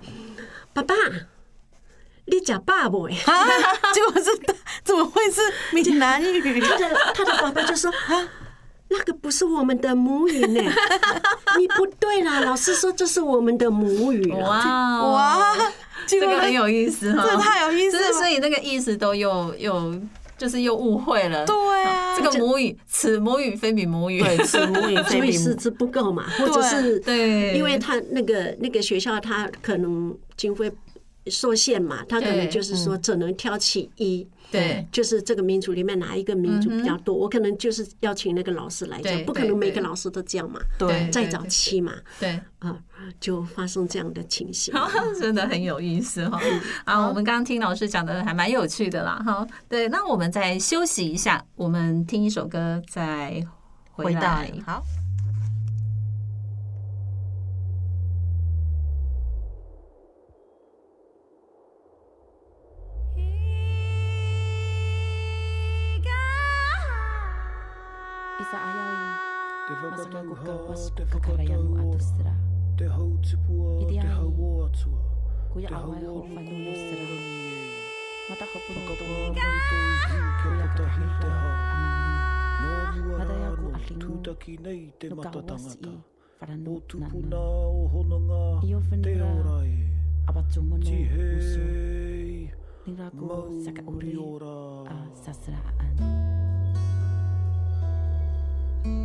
S4: 爸爸，你讲爸不？
S2: 啊，结果是怎么会是闽南语？ <laughs>
S4: 他的他的爸爸就说啊，那个不是我们的母语呢， <laughs> 你不对啦，老师说这是我们的母语了。
S1: 哇哦
S2: 哇，
S1: 这
S2: 竟
S1: 个
S2: 然
S1: 很有意思哈，
S2: 这太有意思了
S1: 就是所以那个意思都又又就是又误会了。
S2: 对啊，
S1: 这个母语，此母语非彼母语。
S2: 对此母语非
S4: 所以
S2: 彼
S4: 师
S2: 母，
S4: 资不够嘛，或者是
S1: 对
S4: 因为他那个那个学校他可能经费受限嘛，他可能
S1: 对嗯
S4: 就是说只能挑其一。
S1: <laughs> 对
S4: 就是这个民族里面哪一个民族比较多，我可能就是要请那个老师来
S1: 嗯对
S4: 讲，不可
S1: 对
S4: 能每
S1: 对
S4: 个老师都这样嘛。
S1: 对
S4: 在早期嘛，
S1: 对，
S4: 啊，就发生这样的情形。
S1: 真的很有意思
S2: <laughs>
S1: 哈、啊，我们刚刚听老师讲的还蛮有趣的啦哈。对，那我们再休息一下，我们听一首歌再回
S2: 回到
S1: 来。
S2: 好。
S5: Isa ayawi,
S6: Det var godt,
S5: masaka
S6: den
S5: kuka
S6: har,
S5: wasku
S6: det var godt, den
S5: kakarayanu
S6: har.
S5: atusra.
S6: Det har til bord,
S5: Idi
S6: det har
S5: ahi.
S6: ord til.
S5: Kuya
S6: Det har
S5: awal
S6: ord
S5: hulfanu lusra. Mata hopun
S6: Fuck up all
S5: hutun.
S6: the
S5: Kuya
S6: dahi
S5: kakahilo
S6: te ha.
S5: amani.
S6: No mua
S5: Madaya ku
S6: rano,
S5: alinu.
S6: tutaki nei te mata
S5: Nukawas i
S6: tangata.
S5: faranu
S6: No tupuna
S5: nana.
S6: o hono ngā,
S5: Iyo
S6: te
S5: whenera
S6: ora e.
S5: Abatsumono
S6: Ti
S5: musu.
S6: hei,
S5: Ningraku saka
S6: mauri
S5: uri. Ah,
S6: ora.
S5: A sasraan. Mm,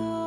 S5: oh,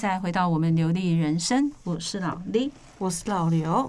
S1: 在回到我们流利人生，我是老李。
S2: 我是老刘，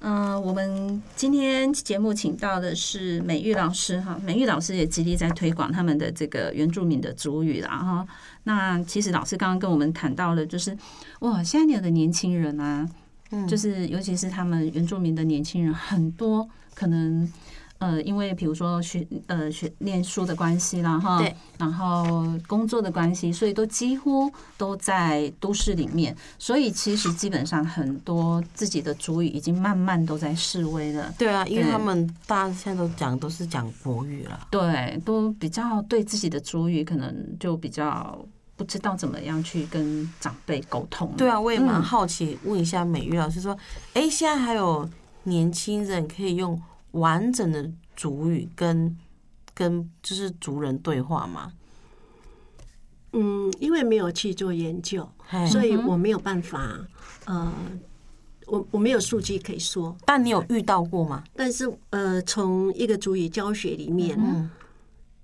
S1: 嗯、我们今天节目请到的是美玉老师哈，美玉老师也极力在推广他们的这个原住民的族语啦哈。那其实老师刚刚跟我们谈到了，就是哇，现在有的年轻人啊，
S2: 嗯
S1: 就是尤其是他们原住民的年轻人，很多可能呃，因为比如说学呃学念书的关系啦哈
S2: 对，
S1: 然后工作的关系，所以都几乎都在都市里面，所以其实基本上很多自己的主语已经慢慢都在示威了。
S2: 对啊，因为
S1: 对
S2: 他们大家现在都讲都是讲国语了，
S1: 对，都比较对自己的主语可能就比较不知道怎么样去跟长辈沟通。
S2: 对啊，我也蛮
S1: 嗯
S2: 好奇，问一下美玉老师说，哎、现在还有年轻人可以用完整的主语跟跟就是族人对话吗？
S4: 嗯，因为没有去做研究，
S2: 嘿
S1: 嗯
S4: 所以我没有办法，呃，我我没有数据可以说，
S2: 但你有遇到过吗？
S4: 但是呃，从一个主语教学里面，
S2: 嗯，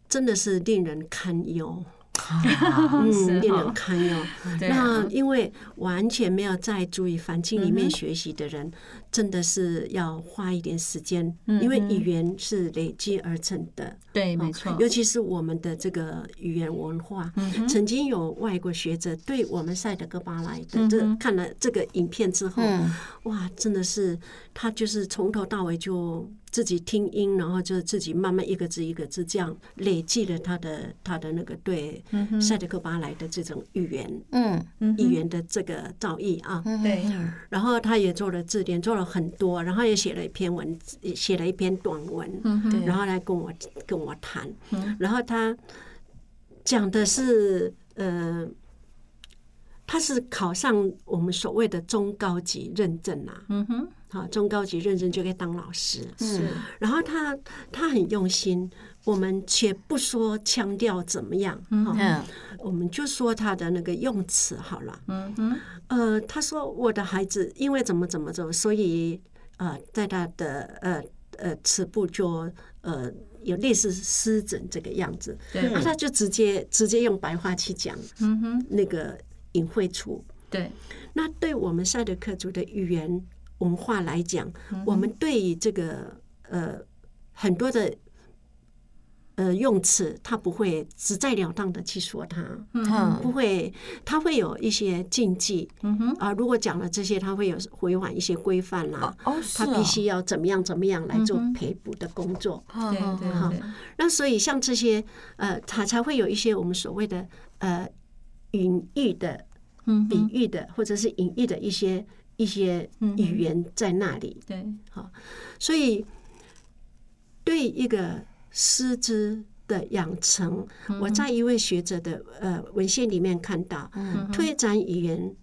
S4: 真的是令人堪忧，
S2: 啊
S4: 嗯，
S1: 是
S4: 令
S1: 哦
S4: 人堪忧。
S1: 对啊，
S4: 那因为完全没有在主语环境里面学习的人，真的是要花一点时间，因为语言是累积而成的，
S1: 对，
S4: 哦
S1: 没错，嗯
S4: 尤其是我们的这个语言文化，曾经有外国学者对我们塞德哥巴莱
S1: 嗯
S4: 的这看了这个影片之后，
S2: 嗯，
S4: 哇，真的是他就是从头到尾就自己听音，然后就自己慢慢一个字一个字这样累积了他的他的那个对
S1: 嗯
S4: 塞德克巴莱的这种语言，嗯，语言的这个造诣啊，
S1: 对，
S4: 然后他也做了字典，做了很多，然后也写了一篇文，写了一篇短文，
S2: 对，
S4: 然后来跟我跟我谈，然后他讲的是呃，他是考上我们所谓的中高级认证啊，嗯哼，好，中高级认证就可以当老师，
S1: 是，
S4: 然后他他很用心，我们且不说腔调怎么样，嗯，
S2: 嗯，
S4: 我们就说他的那个用词好了，
S1: 嗯哼，
S4: 呃，他说我的孩子因为怎么怎么怎么，所以呃，在他的呃呃词部就呃有类似湿疹这个样子，
S1: 对
S4: 啊、他就直接直接用白话去讲
S1: 嗯哼，
S4: 那个隐晦处。
S1: 对，
S4: 那对我们赛德克族的语言文化来讲，
S1: 嗯
S4: 我们对于这个呃很多的呃用词，他不会直截了当的去说它，不会，他会有一些禁忌，嗯哼，啊，如果讲了这些，他会有违反一些规范啦，
S2: 哦，嗯是
S4: 他
S2: 啊
S4: 必须要怎么样怎么样来做赔补的工作，
S1: 对对对，
S4: 那所以像这些呃，它才会有一些我们所谓的呃隐喻的、
S1: 嗯
S4: 比喻的，或者是隐喻的一些一些语言在那里。
S1: 对，
S4: 所以对一个师资的养成，
S1: 嗯
S4: 我在一位学者的呃文献里面看到，
S1: 嗯
S4: 推展语言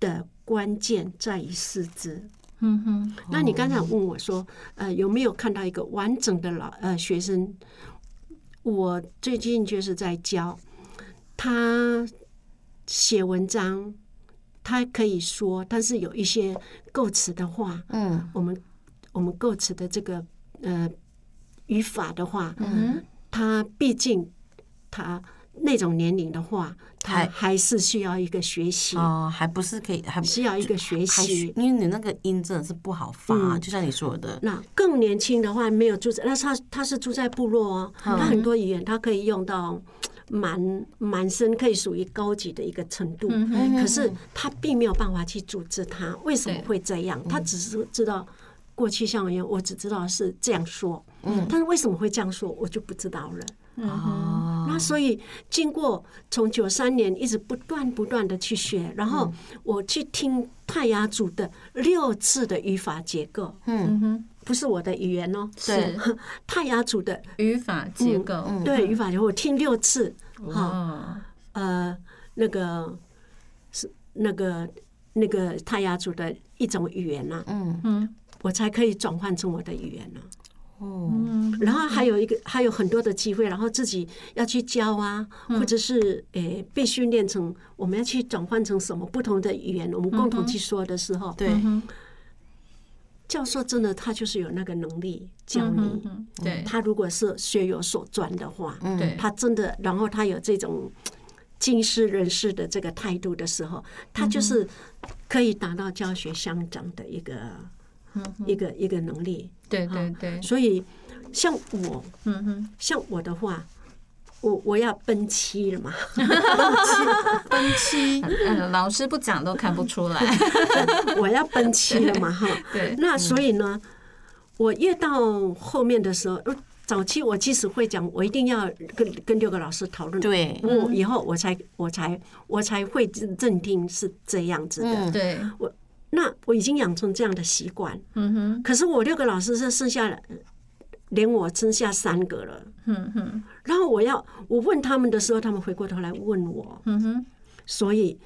S4: 的关键在于师资。
S1: 嗯哼，
S4: 那你刚才问我说，呃，有没有看到一个完整的老呃学生？我最近就是在教他写文章，他可以说，但是有一些构词的话，
S2: 嗯，
S4: 我们我们构词的这个呃语法的话，嗯，他毕竟他那种年龄的话，他
S2: 还
S4: 还是需要一个学习，
S2: 哦，还不是可以，还
S4: 需要一个学
S2: 还
S4: 习
S2: 需，因为你那个音真的是不好发、
S4: 嗯
S2: 就像你说的，
S4: 那更年轻的话，没有住在，那他他是住在部落哦，他很多语言他可以用到蛮蛮深，可以属于高级的一个程度。可是他并没有办法去组织他为什么会这样，他只是知道过去像我一样，我只知道是这样说，但是为什么会这样说，我就不知道了。
S1: 嗯
S2: 哦，
S4: 那所以经过从九三年一直不断不断的去学，然后我去听泰雅族的六次的语法结构，
S2: 嗯
S1: 哼，
S4: 不是我的语言哦，
S1: 是
S4: 泰雅族的
S1: 语法结
S2: 嗯
S1: 构，
S4: 对语法结构，我听六次，哈，
S1: 哦，
S4: 呃，那个是那个那个泰雅族的一种语言呐、
S2: 嗯
S4: 嗯，我才可以转换成我的语言呢、啊
S2: 哦，
S4: 然后还有一个，还有很多的机会，然后自己要去教啊，
S2: 嗯
S4: 或者是诶、被训练成我们要去转换成什么不同的语言，我们共同去说的时候，
S2: 嗯对，
S4: 教授真的他就是有那个能力教你。
S1: 嗯，对，
S2: 嗯
S4: 他如果是学有所专的话，
S1: 对，
S4: 他真的，然后他有这种近视人士的这个态度的时候，他就是可以达到教学相长的一个、一个一个能力。
S1: 嗯对对
S4: 啊
S1: 对，
S4: 所以像我，
S1: 嗯哼，
S4: 像我的话，我我要奔七了嘛， <laughs>
S2: 奔七，
S1: 嗯，老师不讲都看不出
S2: <laughs>
S1: 来，
S4: 我要奔七了嘛哈。
S1: <laughs> 对，嗯
S4: 那所以呢，我越到后面的时候，呃早期我即使会讲，我一定要跟跟六个老师讨论，，
S2: 对，
S1: 嗯
S4: 我以后我才我才我才会认定是这样子的。
S2: 嗯
S1: 对，
S4: 那我已经养成这样的习惯，
S1: 嗯哼，
S4: 可是我六个老师是剩下了，连我剩下三个了。
S1: 嗯哼，
S4: 然后我要我问他们的时候，他们回过头来问我，
S1: 嗯哼，
S4: 所以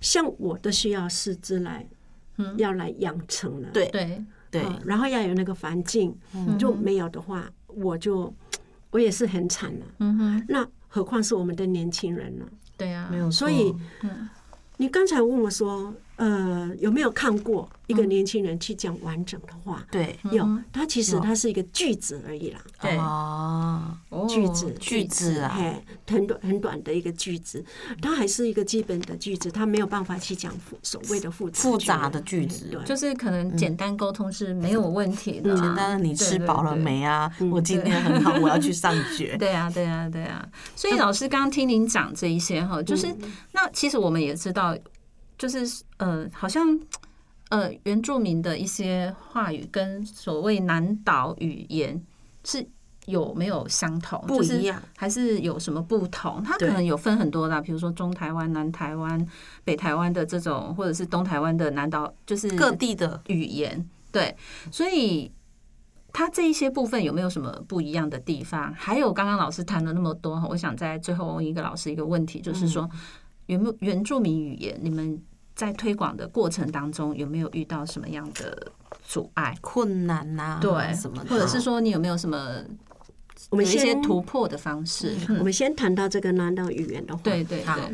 S4: 像我的需要是自来，要来养成了，
S2: 对
S1: 嗯对，嗯
S2: 对，
S4: 啊然后要有那个环境，就没有的话，我就我也是很惨了。
S1: 嗯哼，
S4: 那何况是我们的年轻人呢？
S1: 对啊，
S2: 没有错，
S4: 所以，你刚才问我说，呃，有没有看过一个年轻人去讲完整的话？
S2: 对
S4: 有，他其实
S2: 嗯有
S4: 他是一个句子而已啦，
S1: 对
S2: 啊，
S1: 哦
S4: 句子
S2: 句子啊，
S4: 嘿，很短很短的一个句子，它还是一个基本的句子，它没有办法去讲复所谓的复
S2: 复杂的句
S4: 嘿
S2: 子
S4: 对，
S1: 就是可能简单沟通是没有问题的啊、
S2: 简单的你吃饱了
S1: 对对对
S2: 没啊？我今天很好，我要去上学。
S1: 对啊，对啊，对啊。所
S2: 嗯
S1: 以老师刚刚听您讲这一些哈，就是、
S4: 嗯
S1: 那其实我们也知道，就是呃，好像呃原住民的一些话语跟所谓南岛语言是有没有相同，
S2: <laughs> 不一
S1: 就是
S2: 样
S1: 还是有什么不同？它可
S4: 对
S1: 能有分很多啦，比如说中台湾、南台湾、北台湾的这种，或者是东台湾的南岛，就是
S2: 各地的
S1: 语言，对，所以它这一些部分有没有什么不一样的地方？还有刚刚老师谈了那么多，我想在最后问一个老师一个问题，
S4: 嗯
S1: 就是说原不原住民语言，你们在推广的过程当中有没有遇到什么样的阻碍？
S2: 困难呐、
S1: 对，
S2: 啊什么的，
S1: 或者是说你有没有什么
S4: 我
S1: 有
S4: 们
S1: 一些
S4: 先
S1: 突破的方式？嗯
S4: 嗯我们先谈到这个南岛语言的话，
S1: 对对
S2: 好
S1: 对，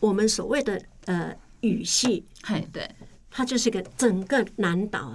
S4: 我们所谓的呃语系，
S1: 嘿对，
S4: 它就是一个整个南岛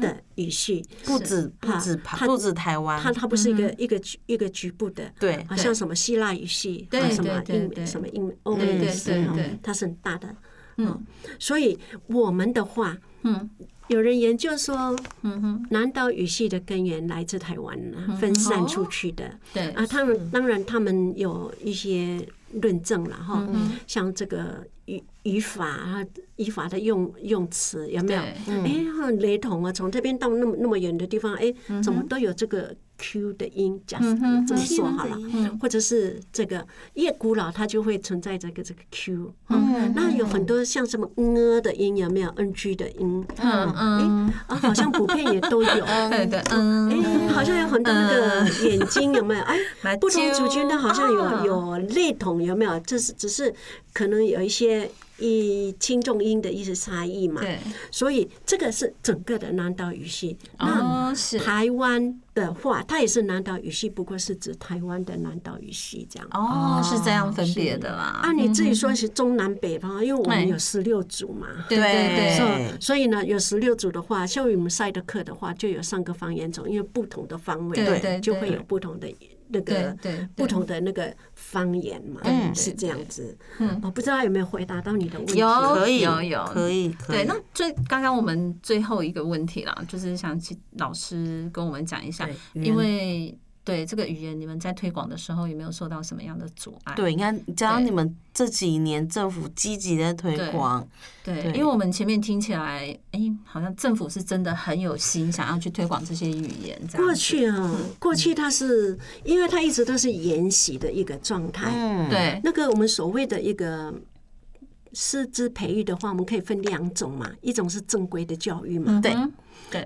S4: 的语系，
S2: 嗯不止啊嗯不
S4: 啊
S2: 止
S4: 它
S2: 不止台湾，
S4: 它它不是一个一个局一个局部的，
S2: 对
S4: 啊，像什么希腊语系，
S1: 对
S4: 啊什么
S1: 对对
S4: 英
S1: 对
S4: 美什么英美欧
S1: 对
S4: 美
S1: 对
S4: 语系
S1: 对
S4: 啊
S1: 对，
S4: 它是很大的，嗯，所以我们的话，
S1: 嗯，
S4: 有人研究说，
S1: 嗯哼，嗯
S4: 南岛语系的根源来自台湾呢，分散出去的。
S1: 哦对，
S4: 啊，他们当然他们有一些论证了
S1: 嗯
S4: 哈，像这个语语法啊，语法的用用词有没有？
S1: 对
S4: 哎，，
S2: 嗯
S4: 很雷同啊，从这边到那么那么远的地方，哎，怎么都有这个 Q 的音？假设
S1: 嗯哼
S4: 这么说好了，或者是这个越古老它就会存在这个这个 Q。嗯，那有很多像什么呃的音有没有？ng 的音，
S1: 嗯嗯，
S4: 啊，好像普遍也都有。
S1: 对对 <laughs> 嗯，
S4: 哎，好像有很多那个眼睛有没有？哎
S1: 马，
S4: 不同族群的好像
S1: 啊
S4: 有有类同有没有？这是只是可能有一些一轻重音的一些差异嘛。
S1: 对，
S4: 所以这个是整个的南岛语系。那
S1: 哦是，
S4: 台湾的话，它也是南岛语系，不过是指台湾的南岛语系这样。
S1: 哦，是这样分别的啦。
S4: 啊，你自己
S1: 嗯
S4: 说是中南北方，因为我
S1: 哎
S4: 们有十六组嘛。
S1: 对啊对
S2: 是
S1: 对，
S4: 所所以呢，有十六组的话，像我们赛的课的话，就有上个方言种，因为不同的方位，
S1: 对对对
S4: 就会有不同的那个
S1: 对对对
S4: 不同的那个方言嘛，
S2: 嗯
S4: 是这样子。我不知道有没有回答到你的问题？
S1: 嗯有
S2: 可以
S1: 有有
S2: 可以可以，
S1: 对，那最刚刚我们最后一个问题啦，就是想请老师跟我们讲一下
S2: 对，语言
S1: 因为对这个语言，你们在推广的时候有没有受到什么样的阻碍？
S2: 对，你看，加上
S1: 对
S2: 你们这几年政府积极在推
S1: 对
S2: 广，
S1: 对，
S2: 对
S1: 因为我们前面听起来，哎，好像政府是真的很有心想要去推广这些语言，这样子
S4: 过去啊，
S1: 嗯
S4: 过去它是因为它一直都是研习的一个状态。
S2: 嗯，
S1: 对
S4: 那个我们所谓的一个师资培育的话，我们可以分两种嘛，一种是正规的教育嘛，
S2: 对
S1: 嗯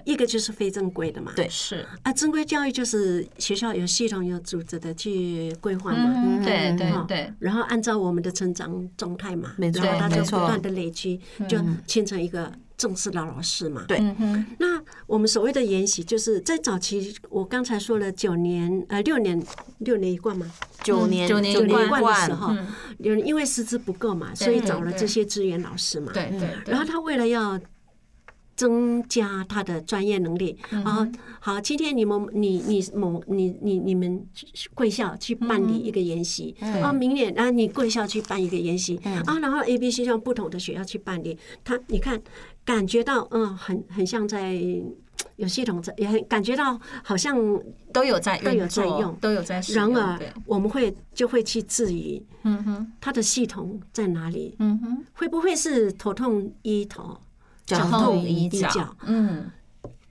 S4: 一个就是非正规的嘛。
S2: 对
S1: 是，
S4: 啊，正规教育就是学校有系统、有组织的去规划嘛，
S1: 嗯，对对
S4: 哈
S1: 对，
S4: 然后按照我们的成长状态嘛，
S2: 没错
S4: 然后大家
S2: 没
S4: 不
S2: 错
S4: 断的累积，就形成一个正式的老师嘛。
S2: 对
S1: 嗯哼，
S4: 那我们所谓的研习，就是在早期，我刚才说了九年，呃，六年，六年一贯嘛，
S2: 九年
S1: 九年
S4: 九年
S1: 一
S4: 一贯的时
S2: 嗯贯，
S4: 候，有因为师资不够嘛，所以找
S1: 嗯
S4: 了
S1: 对
S4: 这些支援老师嘛。
S1: 对对对，
S4: 然后他为了要增加他的专业能力。
S1: 嗯呃
S4: 啊，好，今天你们你你某你你你们贵校去办理一个研习，
S1: 呃嗯
S4: 啊，明年啊你贵校去办一个研习，啊，然后 A、B、C 让不同的学校去办理。他你看，感觉到嗯，很很像在。呃有系统在，也很感觉到好像
S1: 都有在
S4: 都有
S1: 运
S4: 在
S1: 作
S4: 用，
S1: 都有在使
S4: 然
S1: 用。
S4: 而
S1: 对，
S4: 我们会就会去质疑
S1: 嗯哼，
S4: 它的系统在哪里，
S1: 嗯哼，
S4: 会不会是头痛医头，
S2: 脚
S1: 脚
S4: 痛
S1: 痛医
S4: 医脚
S1: 脚，嗯，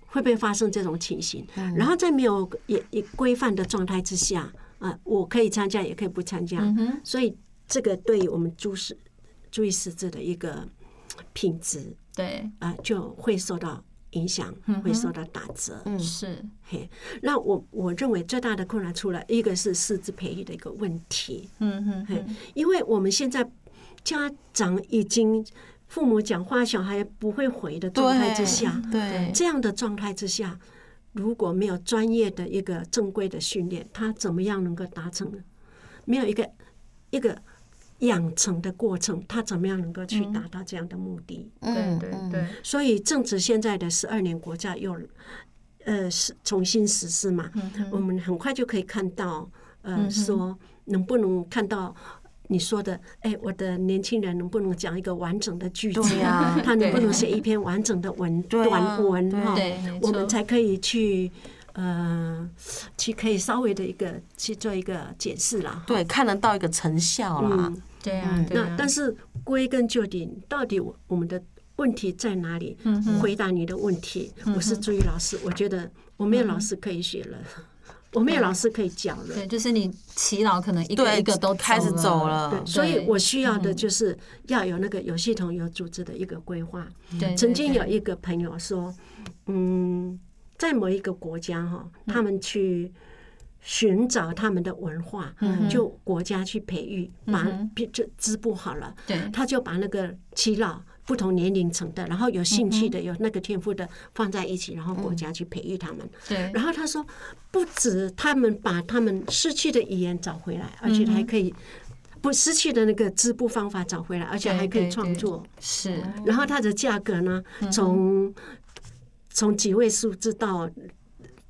S4: 会不会发生这种情形？然后在没有也也规范的状态之下，啊、我可以参加，也可以不参加，
S1: 嗯
S4: 所以这个对于我们注视注意识字的一个品质
S1: 对，
S4: 啊、就会受到影响，会受到打折。
S1: 嗯是，
S4: 嘿，那我我认为最大的困难，除了一个是师资培育的一个问题，
S1: 嗯哼，
S4: 嘿，因为我们现在家长已经父母讲话，小孩不会回的状态之下，
S2: 对，
S4: 这样的状态之下，如果没有专业的一个正规的训练，他怎么样能够达成呢？没有一个一个养成的过程，他怎么样能够去达到这样的目的？
S2: 嗯
S1: 对对对，
S4: 所以正值现在的十二年国教又呃是重新实施嘛，
S2: 嗯
S1: 嗯
S4: 我们很快就可以看到呃说能不能看到。呃你说的，哎，我的年轻人能不能讲一个完整的句子？
S2: 对啊呀
S4: 他能不
S1: 对
S4: 能写一篇完整的文
S2: 对啊
S4: 短文？
S2: 对
S4: 哈
S1: 对没，
S4: 哦我
S1: 错
S4: 们才可以去，呃，去可以稍微的一个去做一个解释啦。
S2: 对，看得到一个成效啦
S4: 嗯，，
S1: 对啊，对
S4: 那
S1: 啊，
S4: 但是归根究底，到底我我们的问题在哪里？
S1: 嗯
S4: 回答你的问题，我是朱玉老师，我觉得我没有老师可以学了， <laughs> 我没有老师可以教了。
S1: 对，就是你祈祷可能一个
S2: 对，
S1: 一个都
S2: 开始走，了
S4: 对，，所以
S1: 对嗯
S4: 我需要的就是要有那个有系统、有组织的一个规划。
S1: 对，
S4: 曾经有
S1: 一
S4: 一个朋友说，嗯，在某一个国家哈，
S1: 嗯
S4: 他们去寻找他们的文化，
S1: 嗯
S4: 就国家去培育，把这织布好了，
S1: 对
S4: 他就把那个七老。不同年龄层的，然后有兴
S1: 嗯
S4: 趣的、有那个天赋的放在一起，然后国家去培育他们。
S1: 对
S4: 然后他说，不止他们把他们失去的语言找回来，而
S1: 嗯
S4: 且还可以不失去的那个织布方法找回来，而且还可
S1: 对
S4: 以
S1: 对
S4: 创
S1: 对
S4: 作。
S1: 是，
S4: 然后它的价格呢，从从几位数字到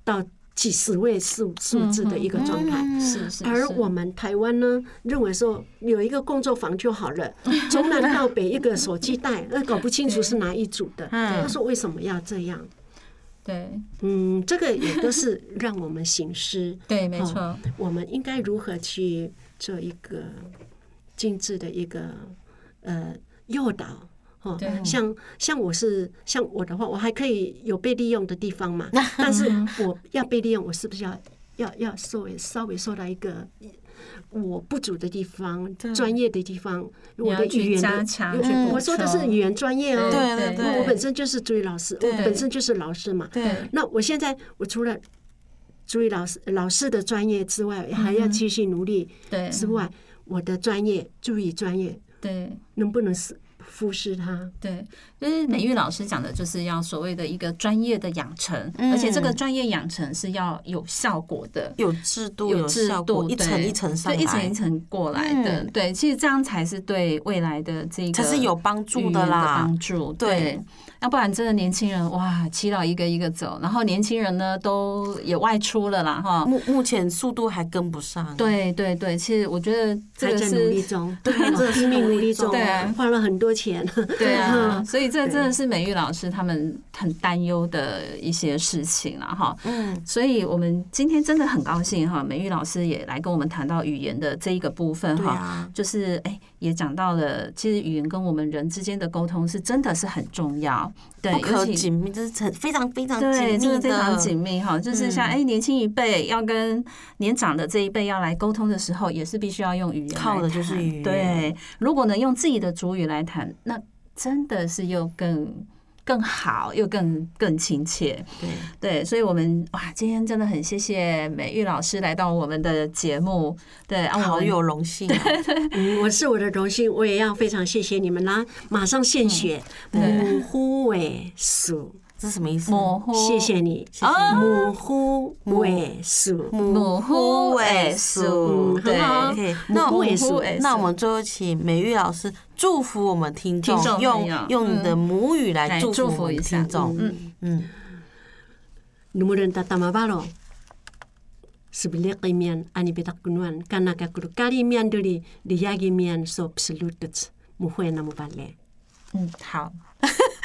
S4: 到几十位数数字的一个状态。
S1: 是是，
S4: 嗯而
S1: 是
S4: 我们台湾呢，认为说有一个工作坊就好了，从南到北一个手机袋，那搞不清楚是哪一组的。他说为什么要这样？
S1: 对
S4: 嗯，这个也都是让我们醒思，
S1: 对没
S4: 哦
S1: 错，
S4: 我们应该如何去做一个精致的一个呃诱导。哦
S1: 对，
S4: 像像我是像我的话，我还可以有被利用的地方嘛。但
S1: 嗯
S4: 是我要被利用，我是不是要要要稍微稍微受到一个我不足的地方、专业的地方，我
S1: 要
S4: 的
S1: 去
S4: 语言
S1: 加
S4: 的
S1: 强
S4: 我
S1: 去补
S4: 我说的是
S1: 充
S4: 语言专业哦，
S2: 对对
S4: 因为我
S2: 对
S4: 本身就是主语老师，我本身就是老师嘛。
S2: 对，
S4: 那我现在我除了注意老师老师的专业之外，还要继续努力
S1: 嗯对
S4: 之外，我的专业注意专业
S1: 对。
S4: 能不能是忽视它？
S1: 对，就是美玉老师讲的，就是要所谓的一个专业的养成，
S2: 嗯
S1: 而且这个专业养成是要有效果的。
S2: 有制度
S1: 有制
S2: 效果，
S1: 度，
S2: 一层
S1: 对
S2: 一层上
S1: 对一层一
S2: 来，嗯
S1: 层过来的。对，其实这样才是对未来的这个
S2: 才是有帮助
S1: 语言
S2: 的
S1: 的
S2: 啦。
S1: 帮助
S2: 对
S1: 对，要不然真的年轻人哇，祈祷一个一个走，然后年轻人呢都也外出了啦哈。
S2: 目目前速度还跟不上，，
S1: 对对对，其实我觉得这
S4: 还
S1: 个
S4: 在努力
S1: 是。
S4: 中， <laughs>
S2: 对真的是
S4: 拼命努力中，
S1: 对啊
S4: 花了很多钱。
S1: 对啊，
S4: 嗯
S1: 所以这真的是美玉老师他们很担忧的一些事情了哈。
S2: 嗯，
S1: 所以我们今天真的很高兴哈，美玉老师也来跟我们谈到语言的这一个部分
S2: 对
S1: 哈。
S2: 啊，
S1: 就是哎、也讲到了，其实语言跟我们人之间的沟通是真的是很重要，对，
S2: 不可
S1: 尤其
S2: 紧密，这是很非常非常
S1: 对，
S2: 啊紧
S1: 这
S2: 密
S1: 个非常
S2: 的，嗯
S1: 紧密哈，就是像哎、年轻一辈要跟年长的这一辈要来沟通的时候，也是必须要用语言来谈，
S2: 靠的就是语言
S1: 对，如果能用自己的主语来谈，那真的是又更。更好，又更更亲切，
S2: 对
S1: 对，所以，我们哇，今天真的很谢谢美玉老师来到我们的节目，对，啊、我
S2: 好
S1: 们
S2: 有荣幸
S1: <laughs>
S2: 啊，
S4: 嗯我是我的荣幸，我也要非常谢谢你们啦！马上献血，
S1: 对
S4: 母呼为属
S2: 这是什么意思？
S1: 模糊，
S4: 谢谢你，谢
S1: 啊
S4: 谢。模糊尾数，
S1: 模糊尾
S2: 嗯
S1: 数，
S4: 很
S1: 对，
S4: 好
S2: OK，那
S4: 模糊
S2: 我
S4: 尾数
S2: 那我们最后请美玉老师祝福我们听众
S1: 听众，朋友
S2: 用用你的母语来
S1: 来
S2: 祝
S1: 祝
S2: 福
S1: 福
S2: 我们
S1: 一下
S2: 听众。
S1: 嗯
S2: 嗯，
S4: 누무른 따따마바로 스블레끼면 아니 베다꾸누안 까나까꾸루 까리면들이 리야기면 소프슬루트츠 무후에나무 발레
S1: 嗯，好，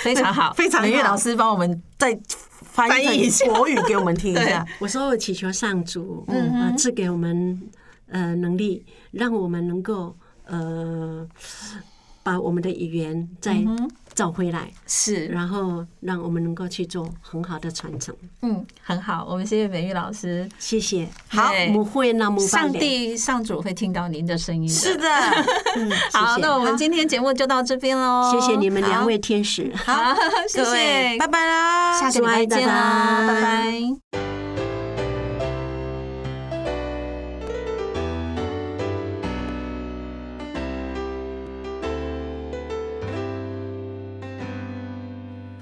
S1: 非常好，
S2: 非常好
S1: 美月老师帮我们
S2: 再翻
S1: 翻译一
S2: 译
S1: 下
S2: 成国语给我们听一下。
S4: <laughs> 我说我祈求上主，嗯啊，赐给我们呃能力，让我们能够呃把我们的语言再
S1: 嗯
S4: 找回来，
S1: 是
S4: 然后让我们能够去做很好的传承。
S1: 嗯，很好，我们谢谢美玉老师。
S4: 谢谢。
S1: 好
S4: 母会那么
S1: 上帝、上主会听到您的声音的。
S2: 是的，
S1: 好，
S4: 嗯谢谢
S1: 那我们今天节目就到这边喽。
S4: 谢谢你，们两位天使。
S1: 好，谢
S2: 各位，
S1: 谢
S2: 拜，拜啦，
S1: 下个礼拜见啦，
S4: 拜拜
S1: 拜拜。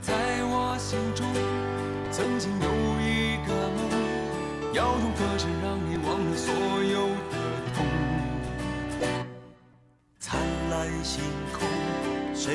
S3: 在我心中，曾经有一个梦，要用歌声让你忘了所有的痛。灿烂星空，谁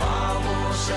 S3: 把握生